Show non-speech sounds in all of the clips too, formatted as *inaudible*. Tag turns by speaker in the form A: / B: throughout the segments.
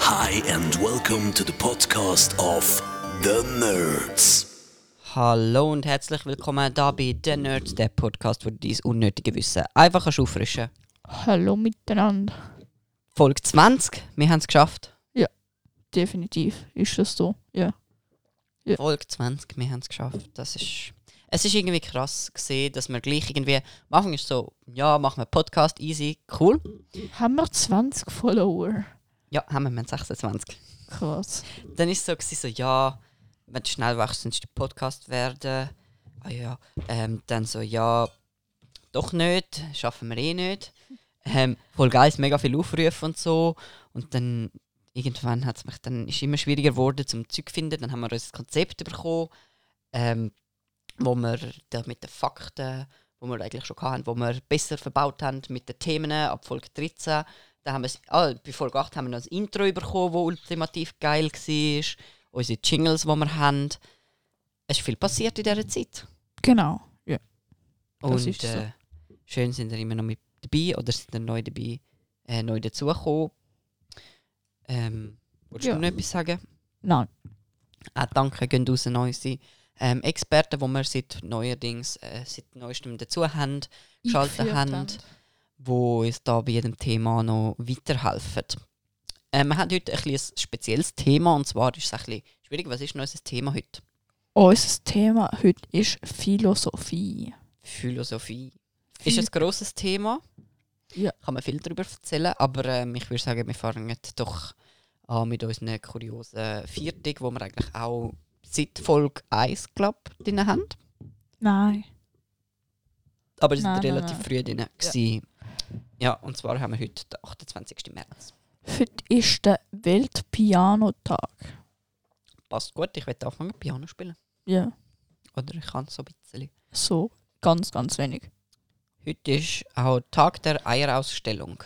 A: Hi and welcome to the podcast of The Nerds.
B: Hallo und herzlich willkommen da bei The Nerds, der Podcast, wo du dein unnötige Wissen einfach kannst auffrischen
C: Hallo miteinander.
B: Folge 20, wir haben es geschafft.
C: Definitiv ist das so. Ja. Ja.
B: Folge 20, wir haben es geschafft. Das ist, es ist irgendwie krass gesehen, dass wir gleich irgendwie, am Anfang ist so, ja, machen wir einen Podcast, easy, cool.
C: Haben wir 20 Follower?
B: Ja, haben wir, wir haben 26.
C: Krass.
B: Dann ist es so, gewesen, so, ja, wenn du schnell wachst, sonst die Podcast werden. Ah ja, ähm, dann so, ja, doch nicht, schaffen wir eh nicht. Ähm, voll geil, mega viel Aufrufe und so. Und dann irgendwann hat es mich dann ist immer schwieriger geworden, zum Zeug zu finden. Dann haben wir unser Konzept bekommen, ähm, wo wir da mit den Fakten, wo wir eigentlich schon hatten, wo wir besser verbaut haben mit den Themen ab Folge 13. Dann haben wir, ah, bei Folge 8 haben wir noch ein Intro bekommen, das ultimativ geil war. Unsere Jingles, die wir haben. Es ist viel passiert in dieser Zeit.
C: Genau. Ja.
B: Und
C: Das ist so.
B: äh, schön sind ihr immer noch mit dabei oder sind ihr neu dabei, äh, neu dazugekommen. Ähm, wolltest
C: Ja.
B: du noch etwas sagen?
C: Nein.
B: Auch danke gehen raus an unsere ähm, Experten, die wir seit neuerdings, äh, seit neuestem dazu haben, geschaltet
C: Eingeführt
B: haben, die uns da bei jedem Thema noch weiterhelfen. Ähm, wir haben heute ein, bisschen ein spezielles Thema und zwar ist es ein bisschen schwierig, was ist denn unser Thema heute?
C: Unser Thema heute ist Philosophie.
B: Philosophie. Ist ein grosses Thema.
C: Ja.
B: Kann man viel darüber erzählen, aber ähm, ich würde sagen, wir fangen doch an mit unseren kuriosen Viertig, wo wir eigentlich auch seit Folge 1, glaube ich, drin haben.
C: Nein.
B: Aber die sind
C: Nein, nein,
B: relativ
C: nein.
B: früh drin. Ja. ja, und zwar haben wir heute den 28. März.
C: Heute ist der Weltpianotag.
B: Passt gut, ich werde anfangen Piano spielen.
C: Ja.
B: Oder ich kann so ein bisschen.
C: So. Ganz, ganz wenig.
B: Heute ist auch Tag der Eierausstellung.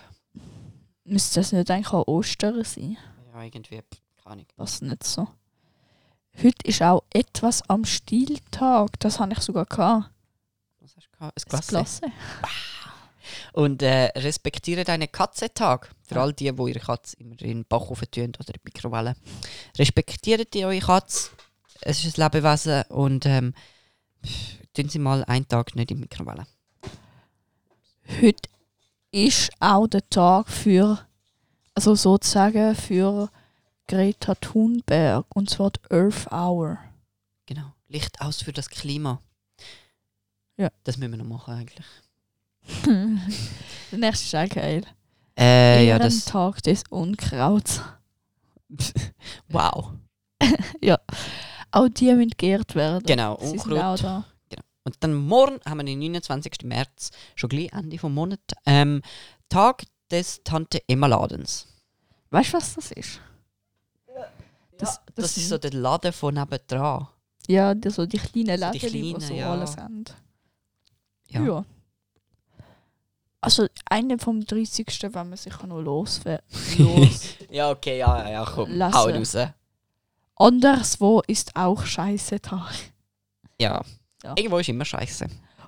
C: Müsste das nicht eigentlich auch Ostern sein?
B: Ja, irgendwie, pff, keine Ahnung.
C: Passt nicht so. Heute ist auch etwas am Stiltag. Das habe ich sogar gehabt.
B: Was hast du gehabt? Ein
C: Das
B: Glas. Und äh, respektiere deine Katze-Tag. Für all die, wo ihre Katze immer in den Bach tun oder in die Mikrowelle. Respektiert ihr eure Katze. Es ist ein Lebewesen und ähm, pff, tun sie mal einen Tag nicht in die Mikrowelle.
C: heute ist auch der Tag für, also sozusagen für Greta Thunberg und zwar die Earth Hour.
B: Genau. Licht aus für das Klima.
C: Ja.
B: Das müssen wir noch machen eigentlich.
C: *laughs* der nächste ist auch geil.
B: Äh, ja, das.
C: Tag des *laughs* Unkrauts. *laughs*
B: Wow.
C: Auch die müssen geehrt werden.
B: Genau,
C: Sie sind auch
B: Unkraut.
C: da.
B: Und dann morgen haben wir den 29. März, schon gleich Ende vom Monat, ähm, Tag des Tante Emma Ladens.
C: Weißt du, was das ist?
B: Das, das, ist so der Laden von nebendran.
C: Ja, die, so die kleinen
B: So die
C: Läden, die
B: kleinen,
C: so
B: ja.
C: alles haben.
B: Ja.
C: Also einen vom 30. wenn man sich
B: *laughs*
C: noch losfährt. Los.
B: Ja, okay, ja, ja, ja komm,
C: Lassen.
B: hau raus.
C: Anderswo ist auch scheiße Tag.
B: Ja.
C: Ja.
B: Irgendwo ist immer scheiße.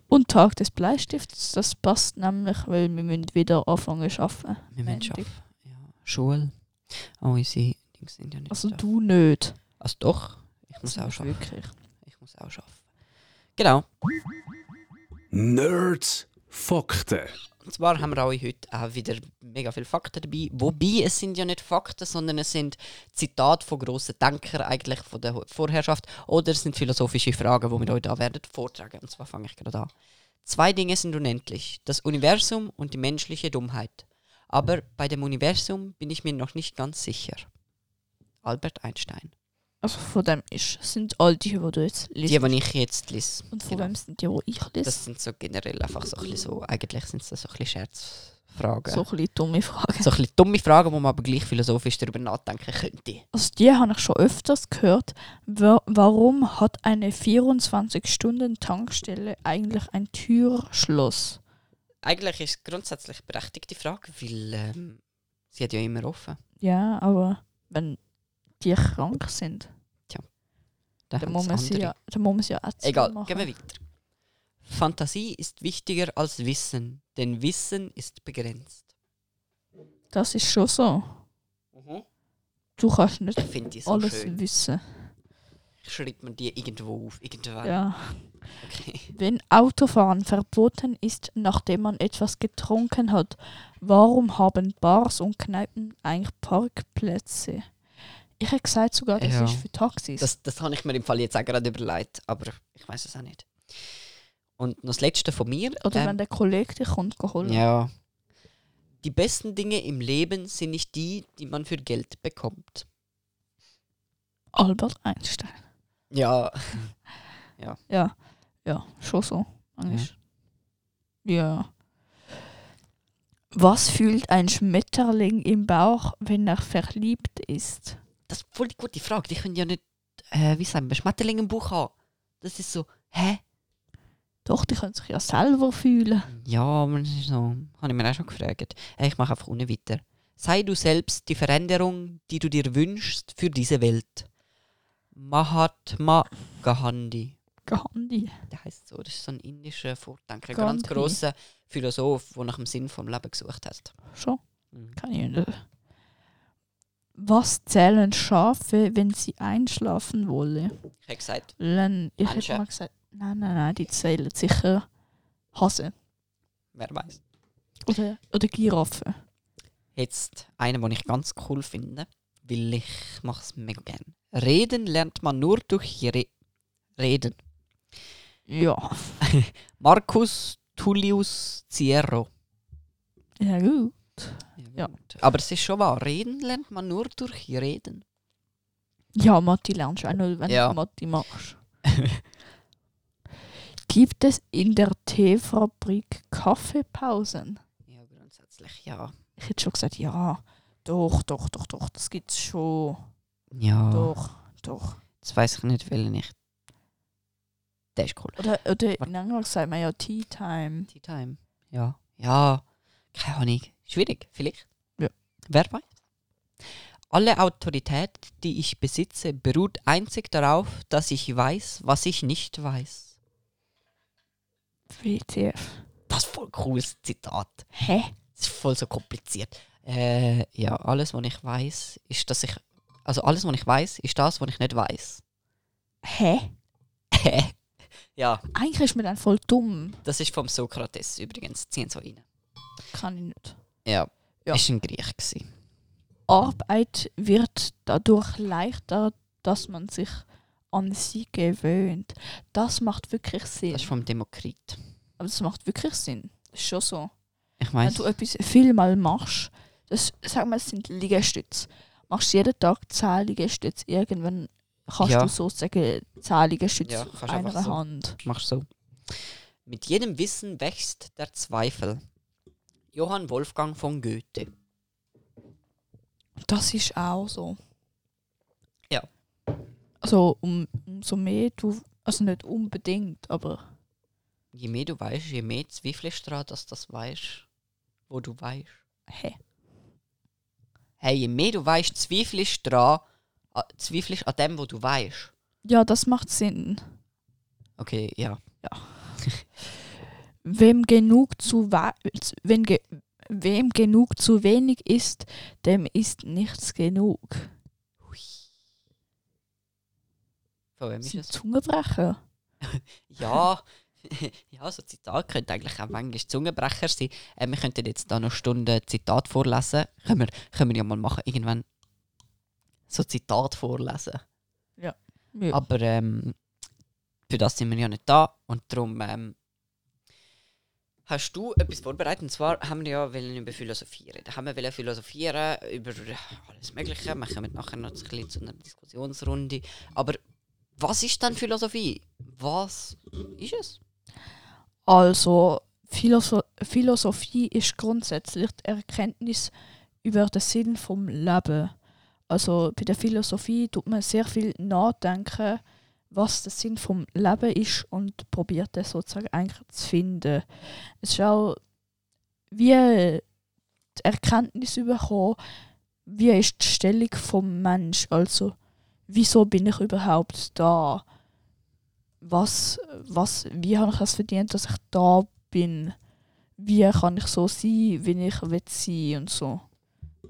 C: Und Tag des Bleistifts, das passt nämlich, weil wir müssen wieder anfangen zu arbeiten.
B: Wir müssen
C: Montag.
B: schaffen. Ja. Schule. Oh, unsere Dinge sind ja nicht
C: Also
B: da.
C: du Also nicht.
B: Also doch, ich muss auch schaffen.
C: Wirklich.
B: Ich muss auch schaffen. Genau.
A: Nerds Fakten.
B: Und zwar haben wir auch heute auch wieder mega viele Fakten dabei. Wobei, es sind ja nicht Fakten, sondern es sind Zitate von grossen Denkern eigentlich von der Vorherrschaft. Oder es sind philosophische Fragen, die wir euch da werden vortragen. Und zwar fange ich gerade an. Zwei Dinge sind unendlich. Das Universum und die menschliche Dummheit. Aber bei dem Universum bin ich mir noch nicht ganz sicher. Albert Einstein.
C: Also von dem ist, sind all die, die du jetzt liest.
B: Die, die ich jetzt lese.
C: Und von
B: genau.
C: wem sind die, die ich lese?
B: Das sind so generell einfach so ein bisschen so, eigentlich sind es so ein bisschen Scherzfragen.
C: So ein bisschen dumme Fragen.
B: So ein bisschen dumme Fragen, wo man aber gleich philosophisch darüber nachdenken könnte.
C: Also die habe ich schon öfters gehört. Wa- Warum hat eine 24-Stunden-Tankstelle eigentlich ein Türschloss?
B: Eigentlich ist es grundsätzlich eine berechtigte Frage, weil ähm, sie hat ja immer offen.
C: Ja, aber wenn die krank sind,
B: Da
C: dann
B: haben
C: muss
B: sie
C: man sie
B: andere.
C: ja, dann muss man sie ja auch zu
B: Egal,
C: machen.
B: gehen wir weiter. Fantasie ist wichtiger als Wissen, denn Wissen ist begrenzt.
C: Das ist schon so. Du kannst nicht
B: Finde ich so
C: alles
B: schön.
C: wissen.
B: Ich schreibe mir die irgendwo auf. Irgendwann.
C: Ja.
B: Ah. Okay.
C: Wenn Autofahren verboten ist, nachdem man etwas getrunken hat, warum haben Bars und Kneipen eigentlich Parkplätze? Ich hätte gesagt sogar, das
B: Ja.
C: ist für Taxis.
B: Das, das habe ich mir im Fall jetzt auch gerade überlegt, aber ich weiß es auch nicht. Und noch das letzte von mir.
C: Oder
B: ähm,
C: wenn der Kollege dich kommt geholt.
B: Ja. Die besten Dinge im Leben sind nicht die, die man für Geld bekommt.
C: Albert Einstein.
B: Ja,
C: Ja, ja, schon so. Manchmal. ja. Was fühlt ein Schmetterling im Bauch, wenn er verliebt ist?
B: das ist voll die gute Frage. Die können ja nicht, äh, wie sagen wir, Schmetterling im Buch haben. Das ist so, hä?
C: Doch, die können sich ja selber fühlen.
B: Ja, man ist so, habe ich mir auch schon gefragt. Äh, Ich mache einfach ohne weiter. Sei du selbst die Veränderung, die du dir wünschst für diese Welt. Mahatma Gandhi.
C: Gandhi.
B: Der heißt so, das ist so ein indischer Vordenker, ein
C: Gandhi.
B: ganz großer Philosoph, der nach dem Sinn vom Leben gesucht hat.
C: Schon.
B: Mhm.
C: Kann ich nicht. Was zählen Schafe, wenn sie einschlafen wollen?
B: Ich habe gesagt,
C: Len- Ich hätte
B: Menschen.
C: mal gesagt, nein, nein, nein, die zählen sicher Hasen
B: wer weiß.
C: oder, oder Giraffen.
B: Jetzt einen, den ich ganz cool finde, weil ich mache es mega gern. Reden lernt man nur durch Re Reden.
C: Ja.
B: Marcus Tullius Cicero.
C: Ja, uh. gut. Ja.
B: gut. Aber es ist schon wahr, reden lernt man nur durch Reden.
C: Ja, Matti lernst du auch nur, wenn
B: Ja.
C: du Matti machst. *laughs* Gibt es in der Teefabrik Kaffeepausen?
B: Ja, grundsätzlich ja.
C: Ich hätte schon gesagt, ja. Doch, doch, doch, doch, das gibt es schon.
B: Ja,
C: Doch, doch.
B: jetzt weiß ich nicht, welchen ich. Der ist cool.
C: Oder, oder in England sagt man ja Tea Time.
B: Tea Time. Ja. Ja, keine Ahnung. Schwierig, vielleicht.
C: Ja.
B: Wer weiß. Alle Autorität, die ich besitze, beruht einzig darauf, dass ich weiß, was ich nicht weiß.
C: WTF.
B: Das ist voll cooles Zitat.
C: Hä?
B: Das ist voll so kompliziert. Äh, ja, alles, was ich weiß, ist, dass ich. Also alles, was ich weiß, ist das, was ich nicht weiß.
C: Hä?
B: ja,
C: Eigentlich ist mir dann voll dumm.
B: das ist vom Sokrates übrigens. Ziehen so rein.
C: Kann ich nicht.
B: Ja.
C: Ja.
B: Ist ein Griech gewesen.
C: Arbeit wird dadurch leichter, dass man sich an sie gewöhnt. Das macht wirklich Sinn.
B: Das ist vom Demokrit.
C: Aber das macht wirklich Sinn. Das ist schon so.
B: Ich
C: Wenn
B: weiß.
C: du etwas vielmal machst, das, sag mal, es sind Liegestütze. Machst jeden Tag 10 Liegestütze, irgendwann kannst
B: Ja.
C: du sozusagen 10 Liegestütze
B: Ja,
C: auf
B: kannst einfach
C: einer
B: so.
C: Hand.
B: machst so. Mit jedem Wissen wächst der Zweifel. Johann Wolfgang von Goethe.
C: Das ist auch so.
B: Ja.
C: Also um, umso mehr du, also nicht unbedingt, aber
B: Je mehr du weißt, je mehr zweifelst du daran, dass das weißt, wo du weißt.
C: hä?
B: Hey, je mehr du weißt, zweifelst du daran, a- zweifelst an dem, wo du weißt.
C: Ja, das macht Sinn.
B: Okay, ja.
C: Wem genug zu wa- wenn ge wem genug zu wenig ist, dem ist nichts genug.
B: Von wem
C: Das
B: ist
C: sind
B: das?
C: Zungenbrecher.
B: Ja. *laughs* Ja, so Zitate könnten eigentlich auch manchmal Zungenbrecher sein. Äh, wir könnten jetzt da noch Stunden Zitat vorlesen. Können wir, können wir ja mal machen, irgendwann. So Zitat vorlesen.
C: Ja.
B: Aber ähm, für das sind wir ja nicht da und darum ähm, hast du etwas vorbereitet. Und zwar haben wir ja wollen über Philosophie reden. Haben wir wollen philosophieren über alles Mögliche. Wir kommen nachher noch ein bisschen zu einer Diskussionsrunde. Aber was ist denn Philosophie? Was ist es?
C: Also, Philosoph Philosophie ist grundsätzlich die Erkenntnis über den Sinn vom Leben. Also bei der Philosophie tut man sehr viel nachdenken, was der Sinn vom Leben ist und probiert das sozusagen eigentlich zu finden. Es ist auch wie die Erkenntnis überkommen, wie ist die Stellung vom Mensch, also wieso bin ich überhaupt da? was, was, wie habe ich es verdient, dass ich da bin? Wie kann ich so sein, wie ich will sein und so.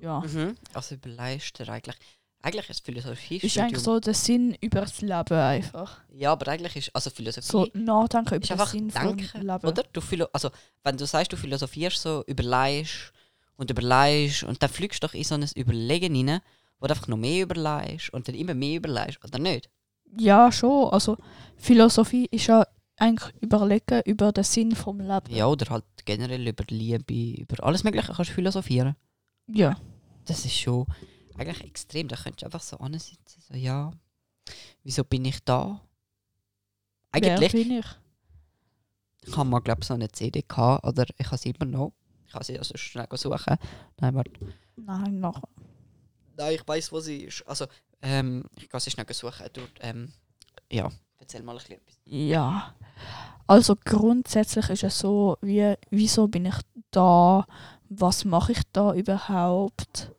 C: Ja.
B: Mhm. Also überleist du dir eigentlich Eigentlich ist Philosophie
C: Ist eigentlich so der Sinn über das Leben einfach.
B: Ja, aber eigentlich ist also Philosophie
C: So nachdenken
B: ist
C: über den
B: einfach
C: Sinn vom
B: denken,
C: Leben.
B: oder? Du philo also wenn du sagst, du philosophierst so, überleihst und überleihst und dann fliegst du doch in so ein Überlegen rein, wo du einfach noch mehr überleihst und dann immer mehr überleihst, oder nicht?
C: Ja, schon. Also Philosophie ist ja eigentlich überlegen über den Sinn vom Leben.
B: Ja, oder halt generell über Liebe, über alles Mögliche kannst du philosophieren.
C: ja.
B: Das ist schon eigentlich extrem. Da könntest du einfach so ansitzen, so, ja, wieso bin ich da? Eigentlich
C: Wer bin ich?
B: ich habe mal glaub, so eine CD gehabt, oder ich habe sie immer noch. Ich kann sie also schnell suchen. Nein, warte.
C: Nein, nachher.
B: Nein, ich weiß, wo sie ist. Also, ähm, ich kann sie schnell suchen. Dort, ähm, ja, erzähl mal ein bisschen etwas.
C: Ja. Also grundsätzlich ist es so, wie, wieso bin ich da? Was mache ich da überhaupt?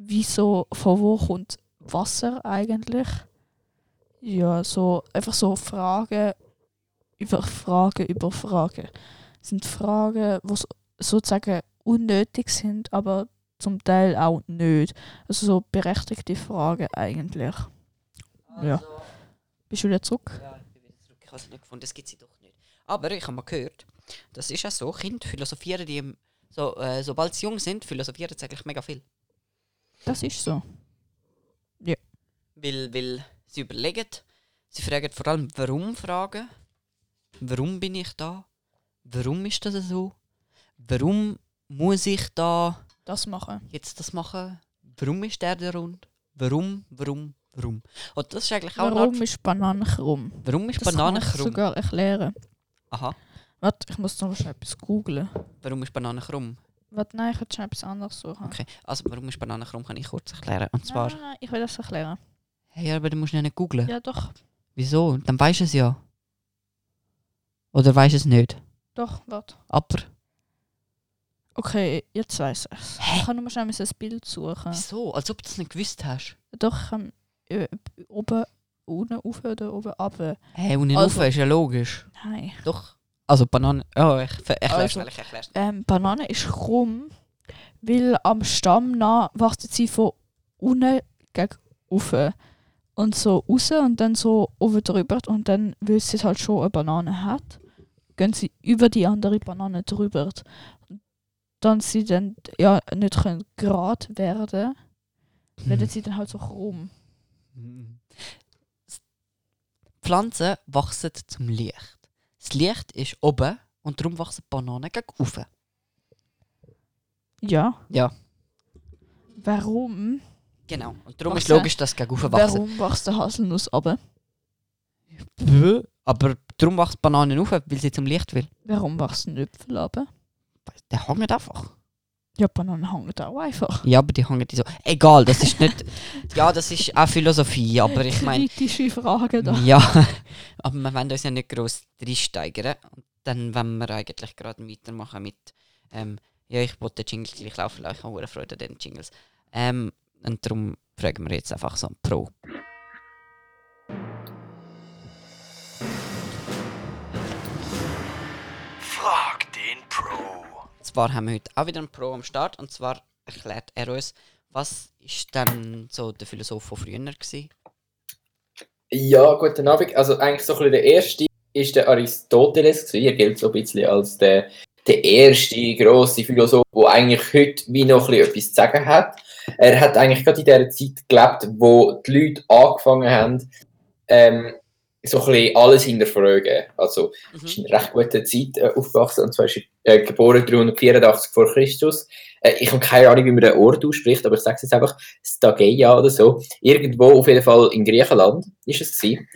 C: Wieso, von wo kommt Wasser eigentlich? Ja, so einfach so Fragen über Fragen über Fragen. Es sind Fragen, die so, sozusagen unnötig sind, aber zum Teil auch nicht. Also so berechtigte Fragen eigentlich. Ja. Bist du wieder zurück?
B: Ja, ich bin wieder zurück. Ich habe sie nicht gefunden, das gibt sie doch nicht. Aber ich habe mal gehört, das ist ja so, Kinder philosophieren, die im- so, äh, sobald sie jung sind, philosophieren sie eigentlich mega viel.
C: Das ist so.
B: Weil, weil sie überlegen, sie fragen vor allem warum Fragen. Warum bin ich da? Warum ist das so? Warum muss ich da
C: das machen.
B: jetzt das machen? Warum ist der der Grund? Warum, warum, warum? Und das ist eigentlich auch eine Art
C: Warum ist Bananen krumm?
B: von- warum ist
C: Das kann
B: Banane
C: ich
B: krumm?
C: sogar erklären.
B: Aha,
C: Warte, ich muss noch schnell etwas googlen.
B: warum ist Banane krumm?
C: Warte, nein, ich will schnell etwas anderes suchen.
B: Okay, also warum ist Banane krumm, kann ich kurz erklären. Und zwar,
C: Nein, nein, nein, ich will das erklären.
B: hey, aber du musst ja nicht googlen.
C: Ja, doch,
B: Wieso? Dann weißt du es ja. Oder weißt du es nicht?
C: doch, warte.
B: Aber.
C: Okay, jetzt weiß ich es.
B: Hä?
C: Ich kann nur schnell ein Bild suchen.
B: Wieso? Als ob du es nicht gewusst hast.
C: Doch, ich kann äh, oben, unten rauf oder oben runter.
B: Hey, und in
C: Also-
B: also, ist ja logisch.
C: Nein.
B: Doch. Also Banane. Oh, ich ver- erklär's
C: Also-
B: schnell, ich erklär's.
C: Ähm, Banane ist krumm, weil am Stamm nah wartet sie von unten gegen ufe und so raus und dann so oben drüber und dann, weil sie halt schon eine Banane hat, gehen sie über die andere Banane drüber. Dann sie dann ja nicht können gerade werden, werden sie dann halt so krumm.
B: Mhm. S- Pflanzen wachsen zum Licht. Das Licht ist oben und darum wachsen Bananen gegen oben.
C: Ja.
B: Ja.
C: Warum?
B: Genau. Und darum ist
C: Wachsen.
B: logisch, dass sie gegen oben wachsen.
C: Warum wächst der Haselnuss runter?
B: Bö, Aber darum wächst Bananen auf, weil sie zum Licht will.
C: Warum wächst ein Äpfel runter?
B: Der hängt einfach.
C: Ja, Bananen hängen auch einfach.
B: Ja, aber die hängen so. Egal, das ist *laughs* nicht. ja, das ist auch Philosophie, aber ich Mhm. meine.
C: Kritische Fragen da.
B: *laughs* Ja, aber wir wollen uns ja nicht gross reinsteigern. Und dann wollen wir eigentlich gerade weitermachen mit. Ähm, ja, ich wollte den Jingle gleich laufen lassen. Ich habe hure Freude an den Jingles. Ähm, und darum fragen wir jetzt einfach so ein Pro.
A: Frag den Pro.
B: Und zwar haben wir heute auch wieder einen Pro am Start. Und zwar erklärt er uns, was ist denn so der Philosoph von früher gewesen?
D: Ja, guten Abend. Also eigentlich so ein bisschen der erste ist der Aristoteles. gewesen. Er gilt so ein bisschen als der, der erste große Philosoph, der eigentlich heute wie noch ein bisschen etwas zu sagen hat. Er hat eigentlich gerade in der Zeit gelebt, wo die Leute angefangen haben, ähm, so ein bisschen alles hinterfragen. Also ist in einer recht guten Zeit äh, aufgewachsen, und zwar ist er äh, geboren 384 vor Christus. Äh, ich habe keine Ahnung, wie man den Ort ausspricht, aber ich sage es jetzt einfach, Stageia oder so. Irgendwo auf jeden Fall in Griechenland ist es gewesen.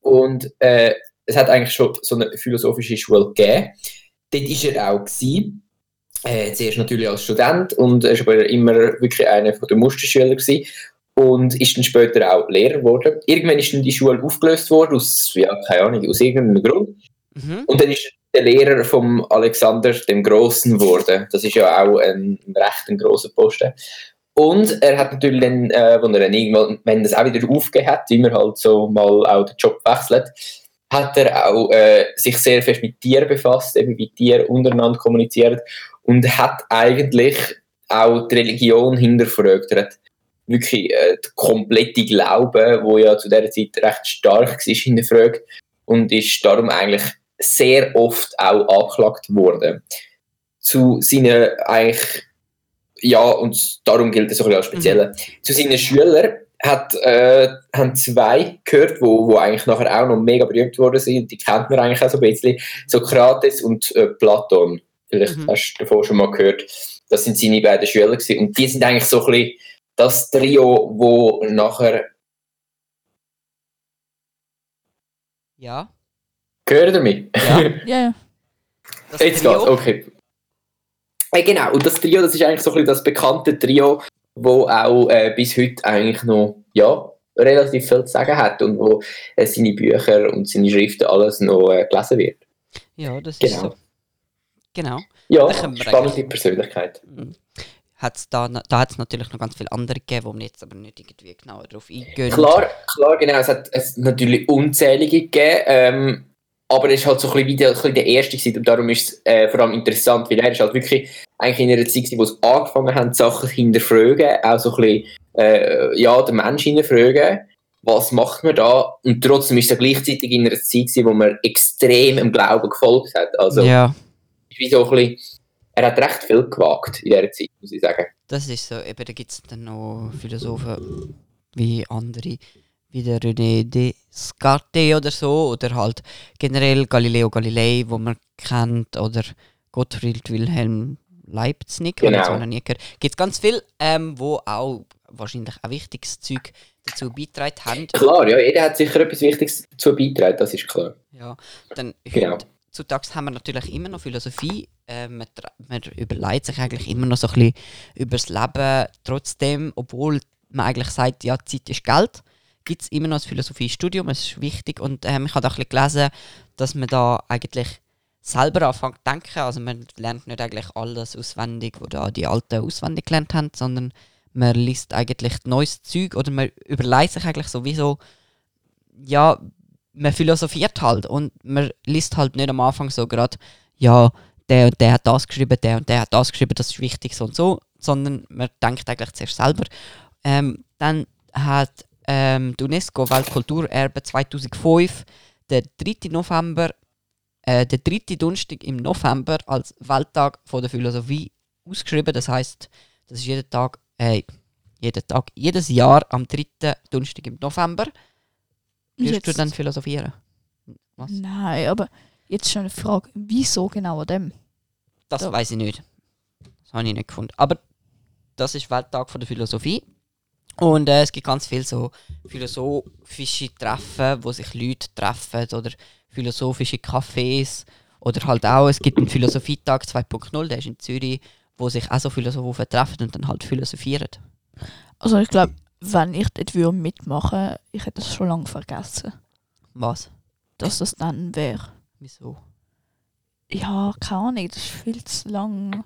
D: Und äh, es hat eigentlich schon so eine philosophische Schule gegeben. Dort war er auch. Gewesen. Äh, zuerst natürlich als Student und er war aber immer wirklich einer der Musterschüler. Gewesen. Und ist dann später auch Lehrer geworden. Irgendwann ist dann die Schule aufgelöst worden, aus, ja, keine Ahnung, aus irgendeinem Grund.
B: Mhm.
D: Und dann ist der Lehrer vom Alexander dem Großen geworden. Das ist ja auch ein, ein recht ein grosser Posten. Und er hat natürlich dann, äh, wo er dann irgendwann, wenn das auch wieder aufgegeben hat, wie man halt so mal auch den Job wechselt, hat er auch äh, sich sehr fest mit Tieren befasst, eben wie Tiere untereinander kommunizieren und hat eigentlich auch die Religion hinterfragt. Er hat wirklich äh, die komplette Glaube, wo ja zu dieser Zeit recht stark war, hinterfragt und ist darum eigentlich sehr oft auch angeklagt worden. Zu seinen eigentlich, ja, und darum gilt es auch ein bisschen als speziell. Zu seinen Schülern hat, äh, haben zwei gehört, wo, wo eigentlich nachher auch noch mega berühmt worden sind, die kennt man eigentlich auch so ein bisschen, Sokrates und äh, Platon. Vielleicht
B: Mhm.
D: hast du davon schon mal gehört. Das sind seine beiden Schüler gewesen. und die sind eigentlich so ein bisschen das Trio, wo nachher,
B: Ja.
D: gehört ihr mich?
B: Ja.
D: *laughs*
C: Ja, ja.
B: Das
D: Jetzt
B: Trio.
D: geht's, okay. Äh, genau, und das Trio, das ist eigentlich so ein bisschen das bekannte Trio, wo auch äh, bis heute eigentlich noch ja, relativ viel zu sagen hat und wo äh, seine Bücher und seine Schriften alles noch äh, gelesen wird.
B: Ja, das ist
D: Genau.
B: so. Genau.
D: Ja,
B: Da können wir
D: spannende
B: eigentlich-
D: Persönlichkeit.
B: Mhm. Hat's da, na- da hat es natürlich noch ganz viele andere gegeben, wo wir jetzt aber nicht irgendwie genauer drauf eingehen.
D: Klar, klar, genau, es hat es hat natürlich unzählige gegeben, ähm, aber es ist halt so ein bisschen, wie der, ein bisschen der erste gewesen und darum ist es äh, vor allem interessant, weil er ist halt wirklich eigentlich in einer Zeit, gewesen, wo es angefangen haben, Sachen zu hinterfragen, auch so ein bisschen, äh, ja, den Menschen hinterfragen, was macht man da und trotzdem ist er gleichzeitig in einer Zeit, gewesen, wo man extrem im Glauben gefolgt hat, also
B: Ja,
D: ist wie so ein bisschen, er hat recht viel gewagt in dieser Zeit, muss ich sagen.
B: das ist so. Eben, da gibt es dann noch Philosophen wie andere, wie der René Descartes oder so, oder halt generell Galileo Galilei, wo man kennt, oder Gottfried Wilhelm Leibniz, genau.
D: Genau.
B: habe ich noch nie gehört. Gibt es ganz viel, ähm, wo auch wahrscheinlich auch wichtiges Zeug dazu beitragen haben.
D: Klar, ja, jeder hat sicher etwas Wichtiges dazu beitragen, das ist klar.
B: Ja, dann
D: Genau.
B: heutzutage haben wir natürlich immer noch Philosophie. Äh, man, tra- man überlegt sich eigentlich immer noch so ein bisschen über das Leben. Trotzdem, obwohl man eigentlich sagt, ja, Zeit ist Geld, gibt es immer noch das Philosophiestudium. Es ist wichtig. Und ähm, ich habe auch ein bisschen gelesen, dass man da eigentlich selber anfängt zu denken. Also man lernt nicht eigentlich alles auswendig, was da die Alten auswendig gelernt haben, sondern man liest eigentlich neues Zeug oder man überlegt sich eigentlich sowieso, ja, man philosophiert halt und man liest halt nicht am Anfang so gerade, ja, der und der hat das geschrieben, der und der hat das geschrieben, das ist wichtig so und so, sondern man denkt eigentlich zuerst selber. Ähm, dann hat ähm, die UNESCO Weltkulturerbe 2005 den 3. November, äh, den 3. Donnerstag im November als Welttag von der Philosophie ausgeschrieben. Das heißt, das ist jeden Tag, äh, jeden Tag, jedes Jahr am 3. Donnerstag im November. Wirst du
C: Jetzt-
B: dann philosophieren? Was?
C: Nein, aber jetzt schon eine Frage, wieso genau an dem?
B: Das
C: Ja.
B: weiß ich nicht. Das habe ich nicht gefunden. Aber das ist Welttag von der Philosophie. Und äh, es gibt ganz viele so philosophische Treffen, wo sich Leute treffen oder philosophische Cafés. Oder halt auch, es gibt einen Philosophietag 2.0, der ist in Zürich, wo sich auch so Philosophen treffen und dann halt philosophieren.
C: Also ich glaube, wenn ich dort würde mitmachen, ich hätte das schon lange vergessen,
B: Was?
C: dass das dann wäre.
B: Wieso?
C: Ja, keine Ahnung, das ist viel zu lang.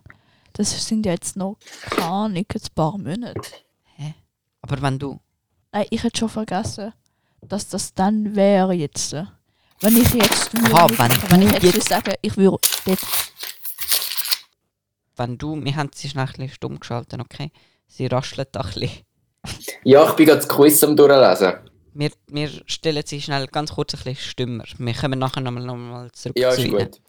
C: Das sind ja jetzt noch, keine Ahnung, ein paar Monate.
B: Aber wenn du.
C: Nein, ich hätte schon vergessen, dass das dann wäre jetzt. Wenn ich jetzt würde
B: Aha, wenn
C: mitmachen,
B: du
C: wenn ich jetzt
B: jetzt-
C: würde sagen, ich würde dort
B: Wenn du. Wir haben sie schnell ein bisschen stumm geschalten, okay? Sie raschelt ein bisschen.
D: Ja, ich bin gerade das Quiz am durchlesen.
B: Wir, wir stellen sie schnell ganz kurz ein bisschen stimmer. Wir kommen nachher nochmal noch mal zurück
D: Ja, ist
B: ihnen.
D: gut.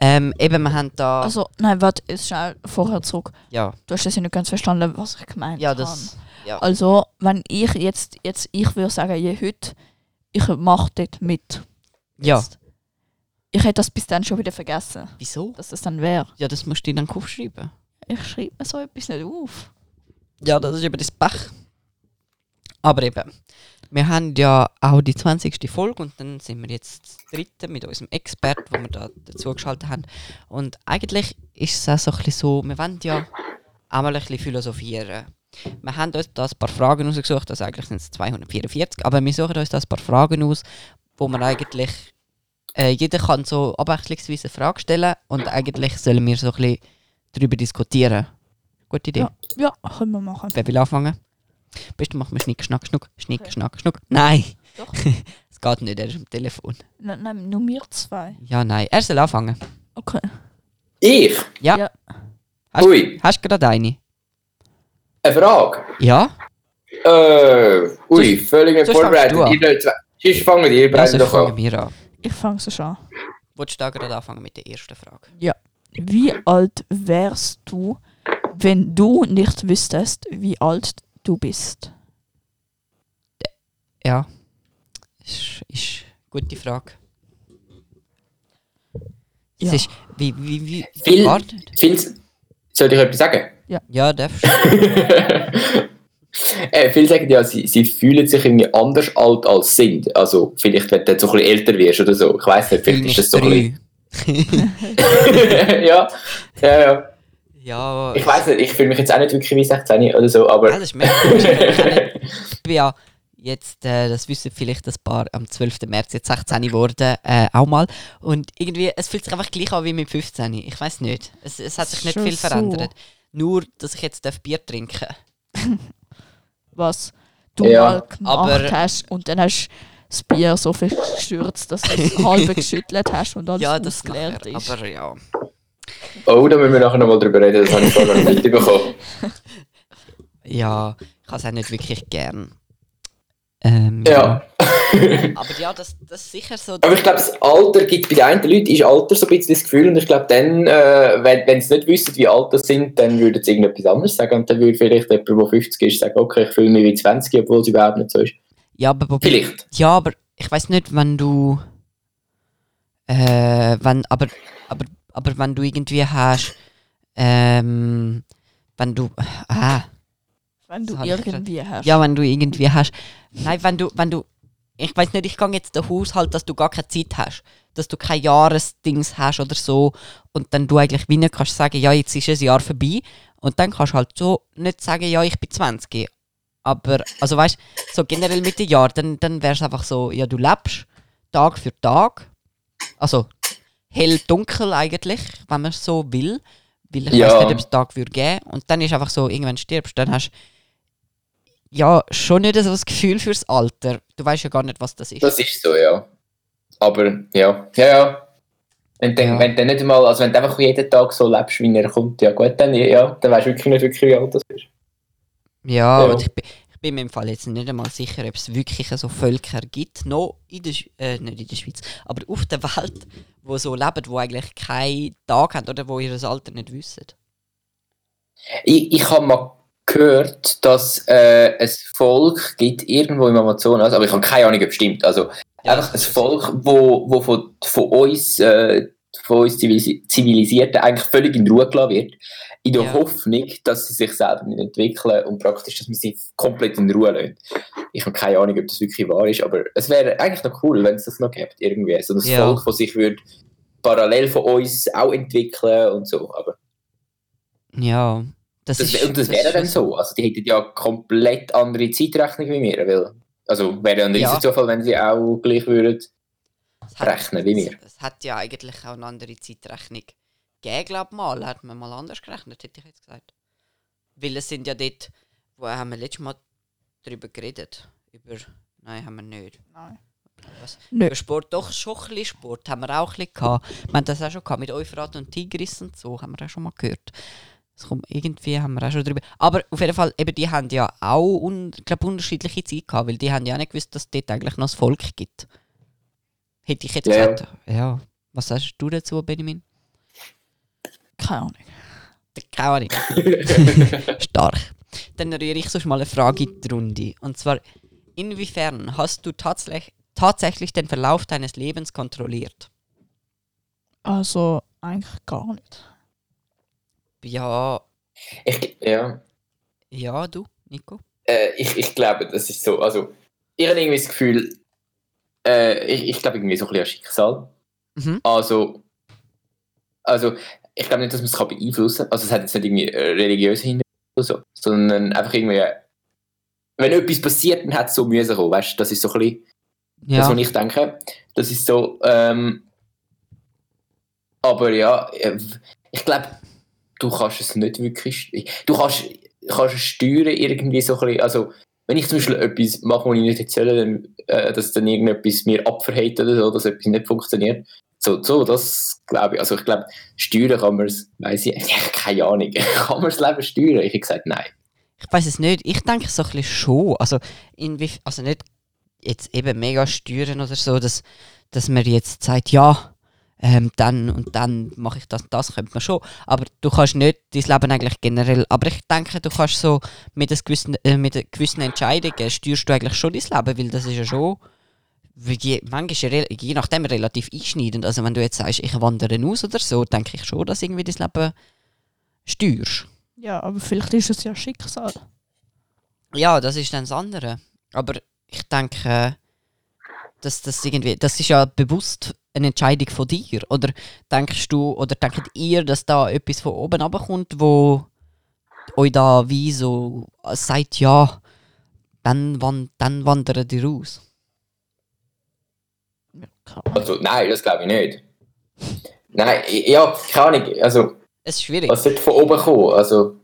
B: Ähm, eben, wir haben da.
C: Also, nein, warte, ist schnell vorher zurück.
B: ja,
C: Du hast das ja nicht ganz verstanden, was ich gemeint
B: ja,
C: habe.
B: das. Ja.
C: Also, wenn ich jetzt, jetzt ich würde sagen, je heute, ich mache dort mit.
B: ja.
C: Jetzt. Ich hätte das bis dann schon wieder vergessen,
B: Wieso?
C: dass das dann wäre.
B: Ja, das musst du dann aufschreiben.
C: Ich schreibe mir so etwas nicht auf.
B: Ja, das ist eben das Pech. Aber eben, wir haben ja auch die 20. Folge und dann sind wir jetzt das dritte mit unserem Expert, wo wir da dazugeschaltet haben. Und eigentlich ist es auch so ein bisschen so, wir wollen ja auch mal ein bisschen philosophieren. Wir haben uns da ein paar Fragen ausgesucht, also eigentlich sind es 244, aber wir suchen uns da ein paar Fragen aus, wo man eigentlich, äh, jeder kann so abwechslungsweise eine Frage stellen und eigentlich sollen wir so ein bisschen darüber diskutieren. Gute Idee.
C: Ja, ja, können wir machen.
B: Wer will anfangen? Bist du, mach mal Schnick, Schnack, Schnuck. Schnick, Schnack, Schnuck. Nein!
C: Doch.
B: Es geht nicht, er ist am Telefon.
C: Nein, Ne, nein, nur wir zwei.
B: Ja, nein. Er soll anfangen.
C: Okay.
D: Ich?
B: Ja.
C: Ja.
B: Hast,
D: Ui.
B: hast du gerade eine?
D: Eine Frage.
B: Ja?
D: Äh, ui,
B: Sonst-
D: völlig nicht
B: sonst fangst
D: vorbereitet.
B: du an.
D: Ihr dort zwei- Sonst fangen ihr
B: Ja,
D: beide
B: sonst
D: doch
B: Also, fangen
D: an.
B: wir an.
C: Ich fange so schon an.
B: Wolltest du da gerade anfangen mit der ersten Frage?
C: Wie alt wärst du, wenn du nicht wüsstest, wie alt du bist?
B: Ja. Ist, ist eine gute Frage.
C: Ja.
B: Es ist, wie, wie, wie,
D: Viel-
B: Warte.
D: Viel, sollte ich etwas sagen?
B: Ja, darfst
D: *laughs*
B: du.
D: Äh, viele sagen ja, sie, sie fühlen sich irgendwie anders alt als sind. Also vielleicht, wenn du dann so ein bisschen älter wirst oder so. Ich weiß nicht, vielleicht
B: Fühl mich
D: ist das so ein bisschen...
B: drei.
D: *laughs* ja, ja, ja.
B: Ja,
D: Ich weiß nicht, ich fühle mich jetzt auch nicht wirklich wie 16 oder so, aber...
B: alles ist mega komisch. Ich kann
D: *laughs*
B: nicht- Ich bin ja jetzt, äh, das wissen vielleicht ein paar, am 12. März jetzt 16 geworden, äh, auch mal. Und irgendwie, es fühlt sich einfach gleich an wie mit 15. Ich weiß nicht. Es, es hat sich nicht
C: Schon
B: viel
C: so.
B: verändert. Nur, dass ich jetzt darf Bier trinken darf.
C: Was du
D: Ja.
C: mal gemacht
B: Aber-
C: hast und dann hast du das Bier so viel gestürzt, dass du
B: *laughs*
C: es halb geschüttelt hast und alles
B: Ja, das
C: ausgeleert
B: nachher,
C: ist.
B: aber ja.
D: Oh, da müssen wir nachher nochmal drüber reden, das habe ich vorher noch nicht mitbekommen.
B: Ja, ich habe es auch nicht wirklich gern. Ähm,
D: Ja.
B: Aber ja, das, das ist sicher so.
D: Aber ich glaube, das Alter gibt bei den einen Leuten ist Alter so ein bisschen das Gefühl und ich glaube, dann, äh, wenn, wenn sie nicht wissen, wie alt sie sind, dann würden sie irgendetwas anderes sagen und dann würde vielleicht jemand, der 50 ist, sagen, okay, ich fühle mich wie 20, obwohl es überhaupt nicht so ist.
B: Ja, aber wobei-
D: Vielleicht.
B: Ja, aber ich weiß nicht, wenn du. Äh, wenn, aber, aber, aber wenn du irgendwie hast. Ähm, wenn du. Ah,
C: Wenn du
B: Das hab ich
C: irgendwie hast.
B: ja, wenn du irgendwie hast. Nein, wenn du. Wenn du ich weiß nicht, ich gehe jetzt den Haushalt, dass du gar keine Zeit hast. Dass du kein Jahresdings hast oder so. Und dann du eigentlich wie nicht kannst sagen, ja, jetzt ist ein Jahr vorbei. Und dann kannst du halt so nicht sagen, ja, ich bin 20. Aber, also weißt so generell mit den Jahren, dann, dann wäre es einfach so, ja, du lebst Tag für Tag. Also hell, dunkel eigentlich, wenn man es so will. Weil ich
D: Ja.
B: weiß nicht, ob es Tag würde geben. Und dann ist einfach so, irgendwann stirbst, dann hast du ja schon nicht so das Gefühl fürs Alter. Du weißt ja gar nicht, was das ist.
D: Das ist so, ja. Aber, ja, ja, ja. Wenn dann,
B: Ja.
D: wenn dann nicht mal, also wenn du einfach jeden Tag so lebst, wie er kommt, ja gut, dann, ja, dann weißt du wirklich nicht wirklich, wie alt das ist.
B: Ja,
D: Ja.
B: Und ich, bin, ich bin mir im Fall jetzt nicht einmal sicher, ob es wirklich so Völker gibt, noch in der, Sch- äh, nicht in der Schweiz, aber auf der Welt, wo so leben, wo eigentlich keinen Tag haben oder wo ihr das Alter nicht wissen.
D: Ich, ich habe mal gehört, dass äh, es Volk gibt irgendwo im Amazonas, aber ich habe keine Ahnung, ob es stimmt. Also
B: Ja,
D: einfach ein
B: das-
D: Volk, wo, wo von, von uns, äh, von uns Zivilisi- Zivilisierten eigentlich völlig in Ruhe gelassen wird, in der
B: Ja.
D: Hoffnung, dass sie sich selber nicht entwickeln und praktisch, dass man sie komplett in Ruhe lässt. Ich habe keine Ahnung, ob das wirklich wahr ist, aber es wäre eigentlich noch cool, wenn es das noch gibt irgendwie. So ein
B: Ja.
D: Volk, das sich würde parallel von uns auch entwickeln und so, aber
B: Ja, das,
D: das,
B: ist.
D: und das
B: ist
D: wäre
B: schon
D: dann so. Also die hätten ja komplett andere Zeitrechnung wie wir. Weil, also wäre ein riesiger
B: Ja.
D: Zufall, wenn sie auch gleich
B: *laughs*
D: würden.
B: Es hat-
D: rechnen wie wir.
B: Es, es hat ja eigentlich auch eine andere Zeitrechnung gegeben, glaube mal. Hat man mal anders gerechnet, hätte ich jetzt gesagt. Weil es sind ja dort, wo haben wir letztes Mal drüber geredet. Über. Nein, haben wir nicht.
C: Nein.
B: Was?
C: Nö.
B: Über Sport, doch schon ein bisschen Sport haben wir auch ein bisschen gehabt. Wir haben das auch schon gehabt mit Euphrat und Tigris und so, haben wir auch schon mal gehört. Es kommt irgendwie, haben wir auch schon drüber. Aber auf jeden Fall, eben, die haben ja auch un, ich glaub, unterschiedliche Zeit gehabt, weil die haben ja auch nicht gewusst, dass es dort eigentlich noch ein Volk gibt. Hätte ich jetzt
D: Ja, ja.
B: gesagt. Ja. Was sagst du dazu, Benjamin?
C: Keine Ahnung.
B: Keine Ahnung. Stark. Dann rühre ich sonst mal eine Frage in die Runde. Und zwar, inwiefern hast du tatsächlich, tatsächlich den Verlauf deines Lebens kontrolliert?
C: Also eigentlich gar nicht.
B: Ja,
D: Ich, ja,
B: ja, du, Nico.
D: äh, ich, ich glaube, das ist so. Also ich habe irgendwie das Gefühl, äh, ich, ich glaube irgendwie so ein bisschen an Schicksal.
B: Mhm.
D: Also, also ich glaube nicht, dass man es kann beeinflussen kann. Also es hat jetzt nicht irgendwie äh, religiöse Hintergründe oder so, sondern einfach irgendwie, wenn etwas passiert, dann hat es so müssen kommen. Weißt du, das ist so ein bisschen... Das,
B: Ja,
D: was ich denke, das ist so. Ähm, aber ja, äh, ich glaube, du kannst es nicht wirklich. st- Du kannst, kannst es steuern irgendwie so ein bisschen. Also, wenn ich zum Beispiel etwas mache, was ich nicht erzähle, dann, äh, dass dann irgendetwas mir abverhält oder so, dass etwas nicht funktioniert. So, so das glaube ich. Also, ich *laughs* glaube, steuern kann man es, weiß ich, ich habe keine Ahnung. Kann man das Leben steuern? Ich habe gesagt, nein.
B: Ich weiß es nicht. Ich denke so ein bisschen schon. Also, inwief also nicht jetzt eben mega steuern oder so, dass, dass man jetzt sagt, ja, ähm, dann und dann mache ich das und das, könnte man schon. Aber du kannst nicht dein Leben eigentlich generell. Aber ich denke, du kannst so mit, einem gewissen, äh, mit einer gewissen Entscheidung äh, steuerst du eigentlich schon dein Leben, weil das ist ja schon wie je, manchmal rel- je nachdem relativ einschneidend. Also wenn du jetzt sagst, ich wandere aus oder so, denke ich schon, dass irgendwie dein Leben steuerst.
C: Ja, aber vielleicht ist es ja Schicksal.
B: Ja, das ist dann das andere. Aber ich denke, dass das irgendwie, das ist ja bewusst eine Entscheidung von dir. Oder denkst du, oder denkt ihr, dass da etwas von oben abkommt, wo euch da wie so sagt, ja, dann, wan- dann wandert ihr raus?
D: Also, nein, das glaube ich nicht. Nein, ich, ja, keine Ahnung. Also,
B: Es ist schwierig.
D: was sollte von oben kommen? Also,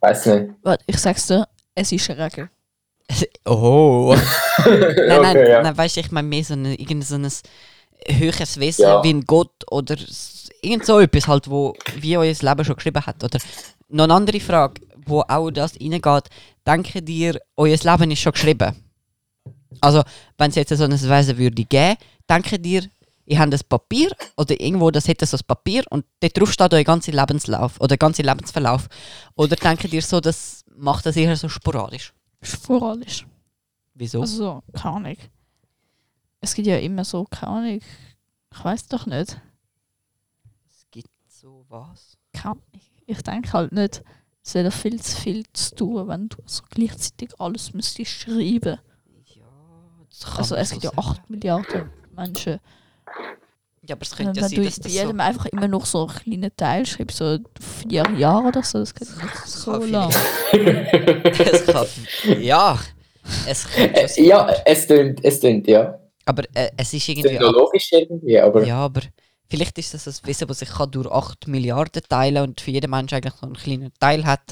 D: weiß nicht.
C: Warte, ich sag's dir, es ist eine Regel.
B: Oh.
D: *laughs*
B: nein, nein,
D: Okay, ja.
B: nein, weißt du, ich meine mehr so ein, irgend so ein höheres Wesen
D: Ja.
B: wie ein Gott oder s- irgend so etwas halt, wo wie euer Leben schon geschrieben hat. Oder noch eine andere Frage, wo auch das reingeht, denke dir, euer Leben ist schon geschrieben. Also, wenn es jetzt so ein Wesen würde geben, denke dir, ihr habt ein Papier oder irgendwo, das hätte so ein Papier und dort drauf steht euer ganzer Lebenslauf oder ganzer Lebensverlauf. Oder denke dir so, das macht das eher so sporadisch.
C: Ist vorallisch.
B: Wieso?
C: Also, keine Ahnung. Es gibt ja immer so, keine Ahnung. Ich weiß doch nicht.
B: Es gibt so was.
C: Keine Ahnung. Ich denke halt nicht, es wäre viel zu viel zu tun, wenn du so gleichzeitig alles müsstest schreiben.
B: Ja, das kann
C: also,
B: man
C: es
B: so
C: gibt ja
B: sagen.
C: 8 Milliarden Menschen.
B: Ja, aber es
C: Wenn
B: könnte ja sein,
C: du
B: dass
C: bei
B: das so... *laughs*
C: jedem einfach immer noch so einen kleinen Teil schreibst, so vier Jahre oder so, das geht nicht so
B: viel-
C: lang.
D: *laughs*
B: es kann, ja, es könnte ja
D: Äh,
B: sein.
D: ja, es tönt, es tönt, ja.
B: Aber äh, es ist
D: Es tönt
B: irgendwie...
D: noch logisch irgendwie, aber.
B: Ja, aber vielleicht ist das ein Wissen, das sich kann durch 8 Milliarden teilen und für jeden Menschen eigentlich so einen kleinen Teil hat.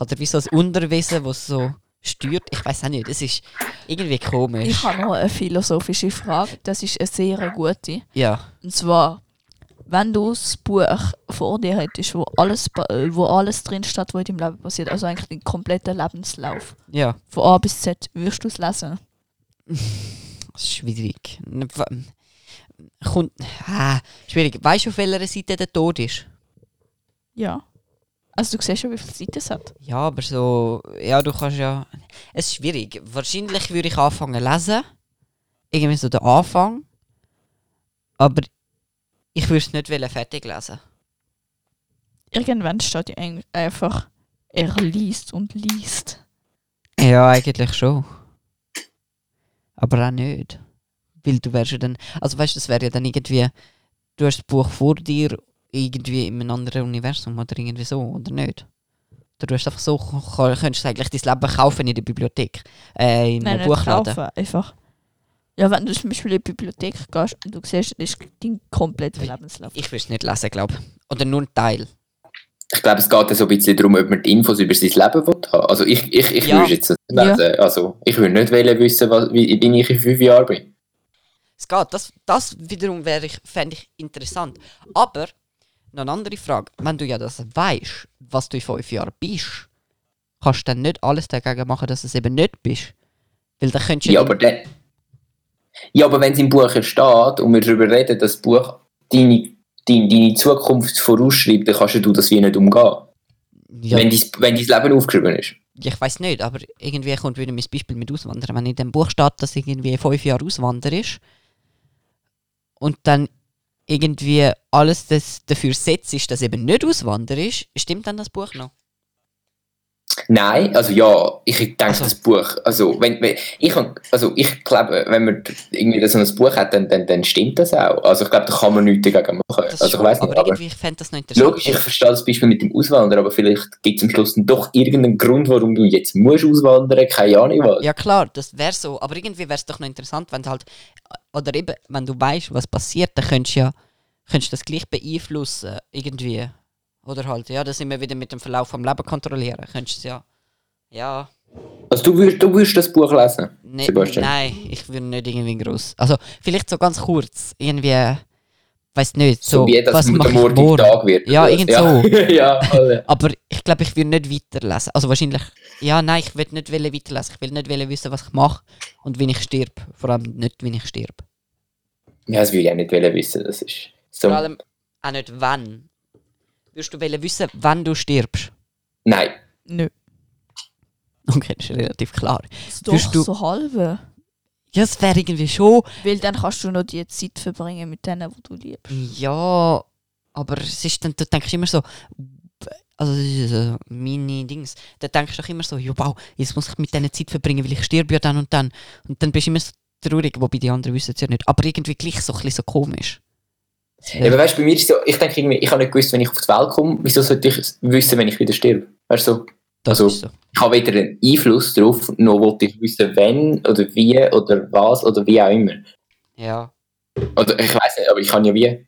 B: Oder wie so ein Unterwissen, das so steuert. Ich weiß auch nicht, es ist irgendwie
C: Ich
B: komisch.
C: habe noch eine philosophische Frage, das ist eine sehr gute.
B: Ja,
C: Und zwar, wenn du das Buch vor dir hättest, wo alles, pa- äh, wo alles drin steht, was in deinem Leben passiert, also eigentlich den kompletten Lebenslauf,
B: ja.
C: von A bis Z, würdest du es lesen?
B: Das ist schwierig. Ne, wa- Kommt, ah, schwierig. Weißt du, auf welcher Seite der Tod ist?
C: Ja. Also du siehst schon, wie viele Seiten es hat.
B: Ja, aber so. Ja, du kannst ja. Es ist schwierig. Wahrscheinlich würde ich anfangen zu lesen. Irgendwie so der Anfang. Aber ich würde es nicht wollen fertig lesen.
C: Irgendwann steht ja eng- einfach, er liest und liest.
B: Ja, eigentlich schon. Aber auch nicht. Weil du wärst ja dann. Also weißt du, das wäre ja dann irgendwie. Du hast das Buch vor dir, irgendwie in einem anderen Universum oder irgendwie so, oder nicht? Oder du hast einfach so, kann- könntest du eigentlich dein Leben kaufen in der Bibliothek. Äh, in einem
C: nicht
B: Buchladen.
C: kaufen, einfach. Ja, wenn du zum Beispiel in die Bibliothek gehst und du siehst, das ist dein kompletter Lebenslauf.
B: Ich würde es nicht lesen, glaube Oder nur einen Teil.
D: Ich glaube, es geht ja so ein bisschen darum, ob man die Infos über sein Leben will haben. Also ich, ich, ich
B: Ja.
D: würde jetzt nicht
C: Ja.
D: lesen. Also ich würde nicht wollen wissen, was, wie, wie ich in fünf Jahren bin.
B: Es geht. Das, das wiederum wäre ich, fände ich interessant. Aber, noch eine andere Frage. Wenn du ja das weißt, was du in fünf Jahren bist, kannst du dann nicht alles dagegen machen, dass du es eben nicht bist. Weil dann könntest du
D: Ja, aber dann, ja, aber wenn es im Buch steht und wir darüber reden, dass das Buch deine, deine, deine Zukunft vorausschreibt, dann kannst du das wie nicht umgehen.
B: ja,
D: Wenn, dein, wenn dein Leben aufgeschrieben ist.
B: ich weiß nicht, aber irgendwie kommt wieder mein Beispiel mit Auswandern. Wenn in dem Buch steht, dass irgendwie fünf Jahre Auswanderer ist und dann irgendwie alles das dafür setzt, ist, dass eben nicht Auswanderer ist, stimmt dann das Buch noch?
D: Nein, also ja, ich denke,
B: Also-
D: das Buch, also wenn, wenn ich, also ich glaube, wenn man irgendwie so ein Buch hat, dann, dann, dann stimmt das auch. Also ich glaube, da kann man nichts dagegen machen.
B: Das
D: also ich
B: schon,
D: weiß nicht,
B: aber
D: aber
B: irgendwie, ich fände das noch interessant.
D: logisch, ich verstehe das Beispiel mit dem Auswandern, aber vielleicht gibt es am Schluss dann doch irgendeinen Grund, warum du jetzt musst auswandern, keine Ahnung was.
B: Ja klar, das wäre so. Aber irgendwie wäre es doch noch interessant, wenn du halt. Oder eben, wenn du weißt, was passiert, dann könntest du ja könntest du das gleich beeinflussen. Irgendwie. Oder halt, ja, das immer wieder mit dem Verlauf vom Leben kontrollieren. Könntest du es ja. Ja.
D: Also du würdest, du würdest das Buch lesen.
B: Ne,
D: Sebastian.
B: nein, ich würde nicht irgendwie groß. Also vielleicht so ganz kurz. Irgendwie. weiß nicht, so,
D: so wie das
B: was mache ich
D: morgen
B: morgen?
D: Tag wird.
B: Ja,
D: oder was?
B: irgend
D: *laughs* ja, alle.
B: Aber ich glaube, ich will nicht weiterlesen. Also wahrscheinlich, ja, nein, ich will nicht wollen weiterlesen. Ich will nicht wollen wissen, was ich mache und wie ich stirb. Vor allem nicht, wie ich stirb.
D: ja, das will ich auch nicht wollen wissen. Das ist so.
B: Vor allem auch nicht, wann. Würdest du wollen wissen, wann du stirbst? *laughs*
D: Nein.
C: Nö.
B: Okay, das ist relativ klar.
C: Ist doch
B: Würdest du-
C: so halbe.
B: Ja, es wäre irgendwie schon.
C: Weil dann kannst du noch die Zeit verbringen mit denen, wo du liebst.
B: Ja, aber es ist dann, du denkst immer so, also das ist so meine Dings. Da denkst du doch immer so, ja wow, jetzt muss ich mit denen Zeit verbringen, weil ich stirb ja dann und dann. Und dann bist du immer so traurig, wobei die anderen wissen es ja nicht. Aber irgendwie gleich so ein bisschen so komisch. Das wär-
D: Aber weißt du, bei mir ist so, ich denke irgendwie, ich habe nicht gewusst, wenn ich auf die Welt komme, wieso sollte ich es wissen, wenn ich wieder sterbe? Weißt du, so,
B: Das
D: also-
B: ist so.
D: ich habe weder einen Einfluss drauf, noch wollte ich wissen, wenn oder wie oder was oder wie auch immer.
B: Ja,
D: Oder ich weiß nicht, aber ich kann ja wie.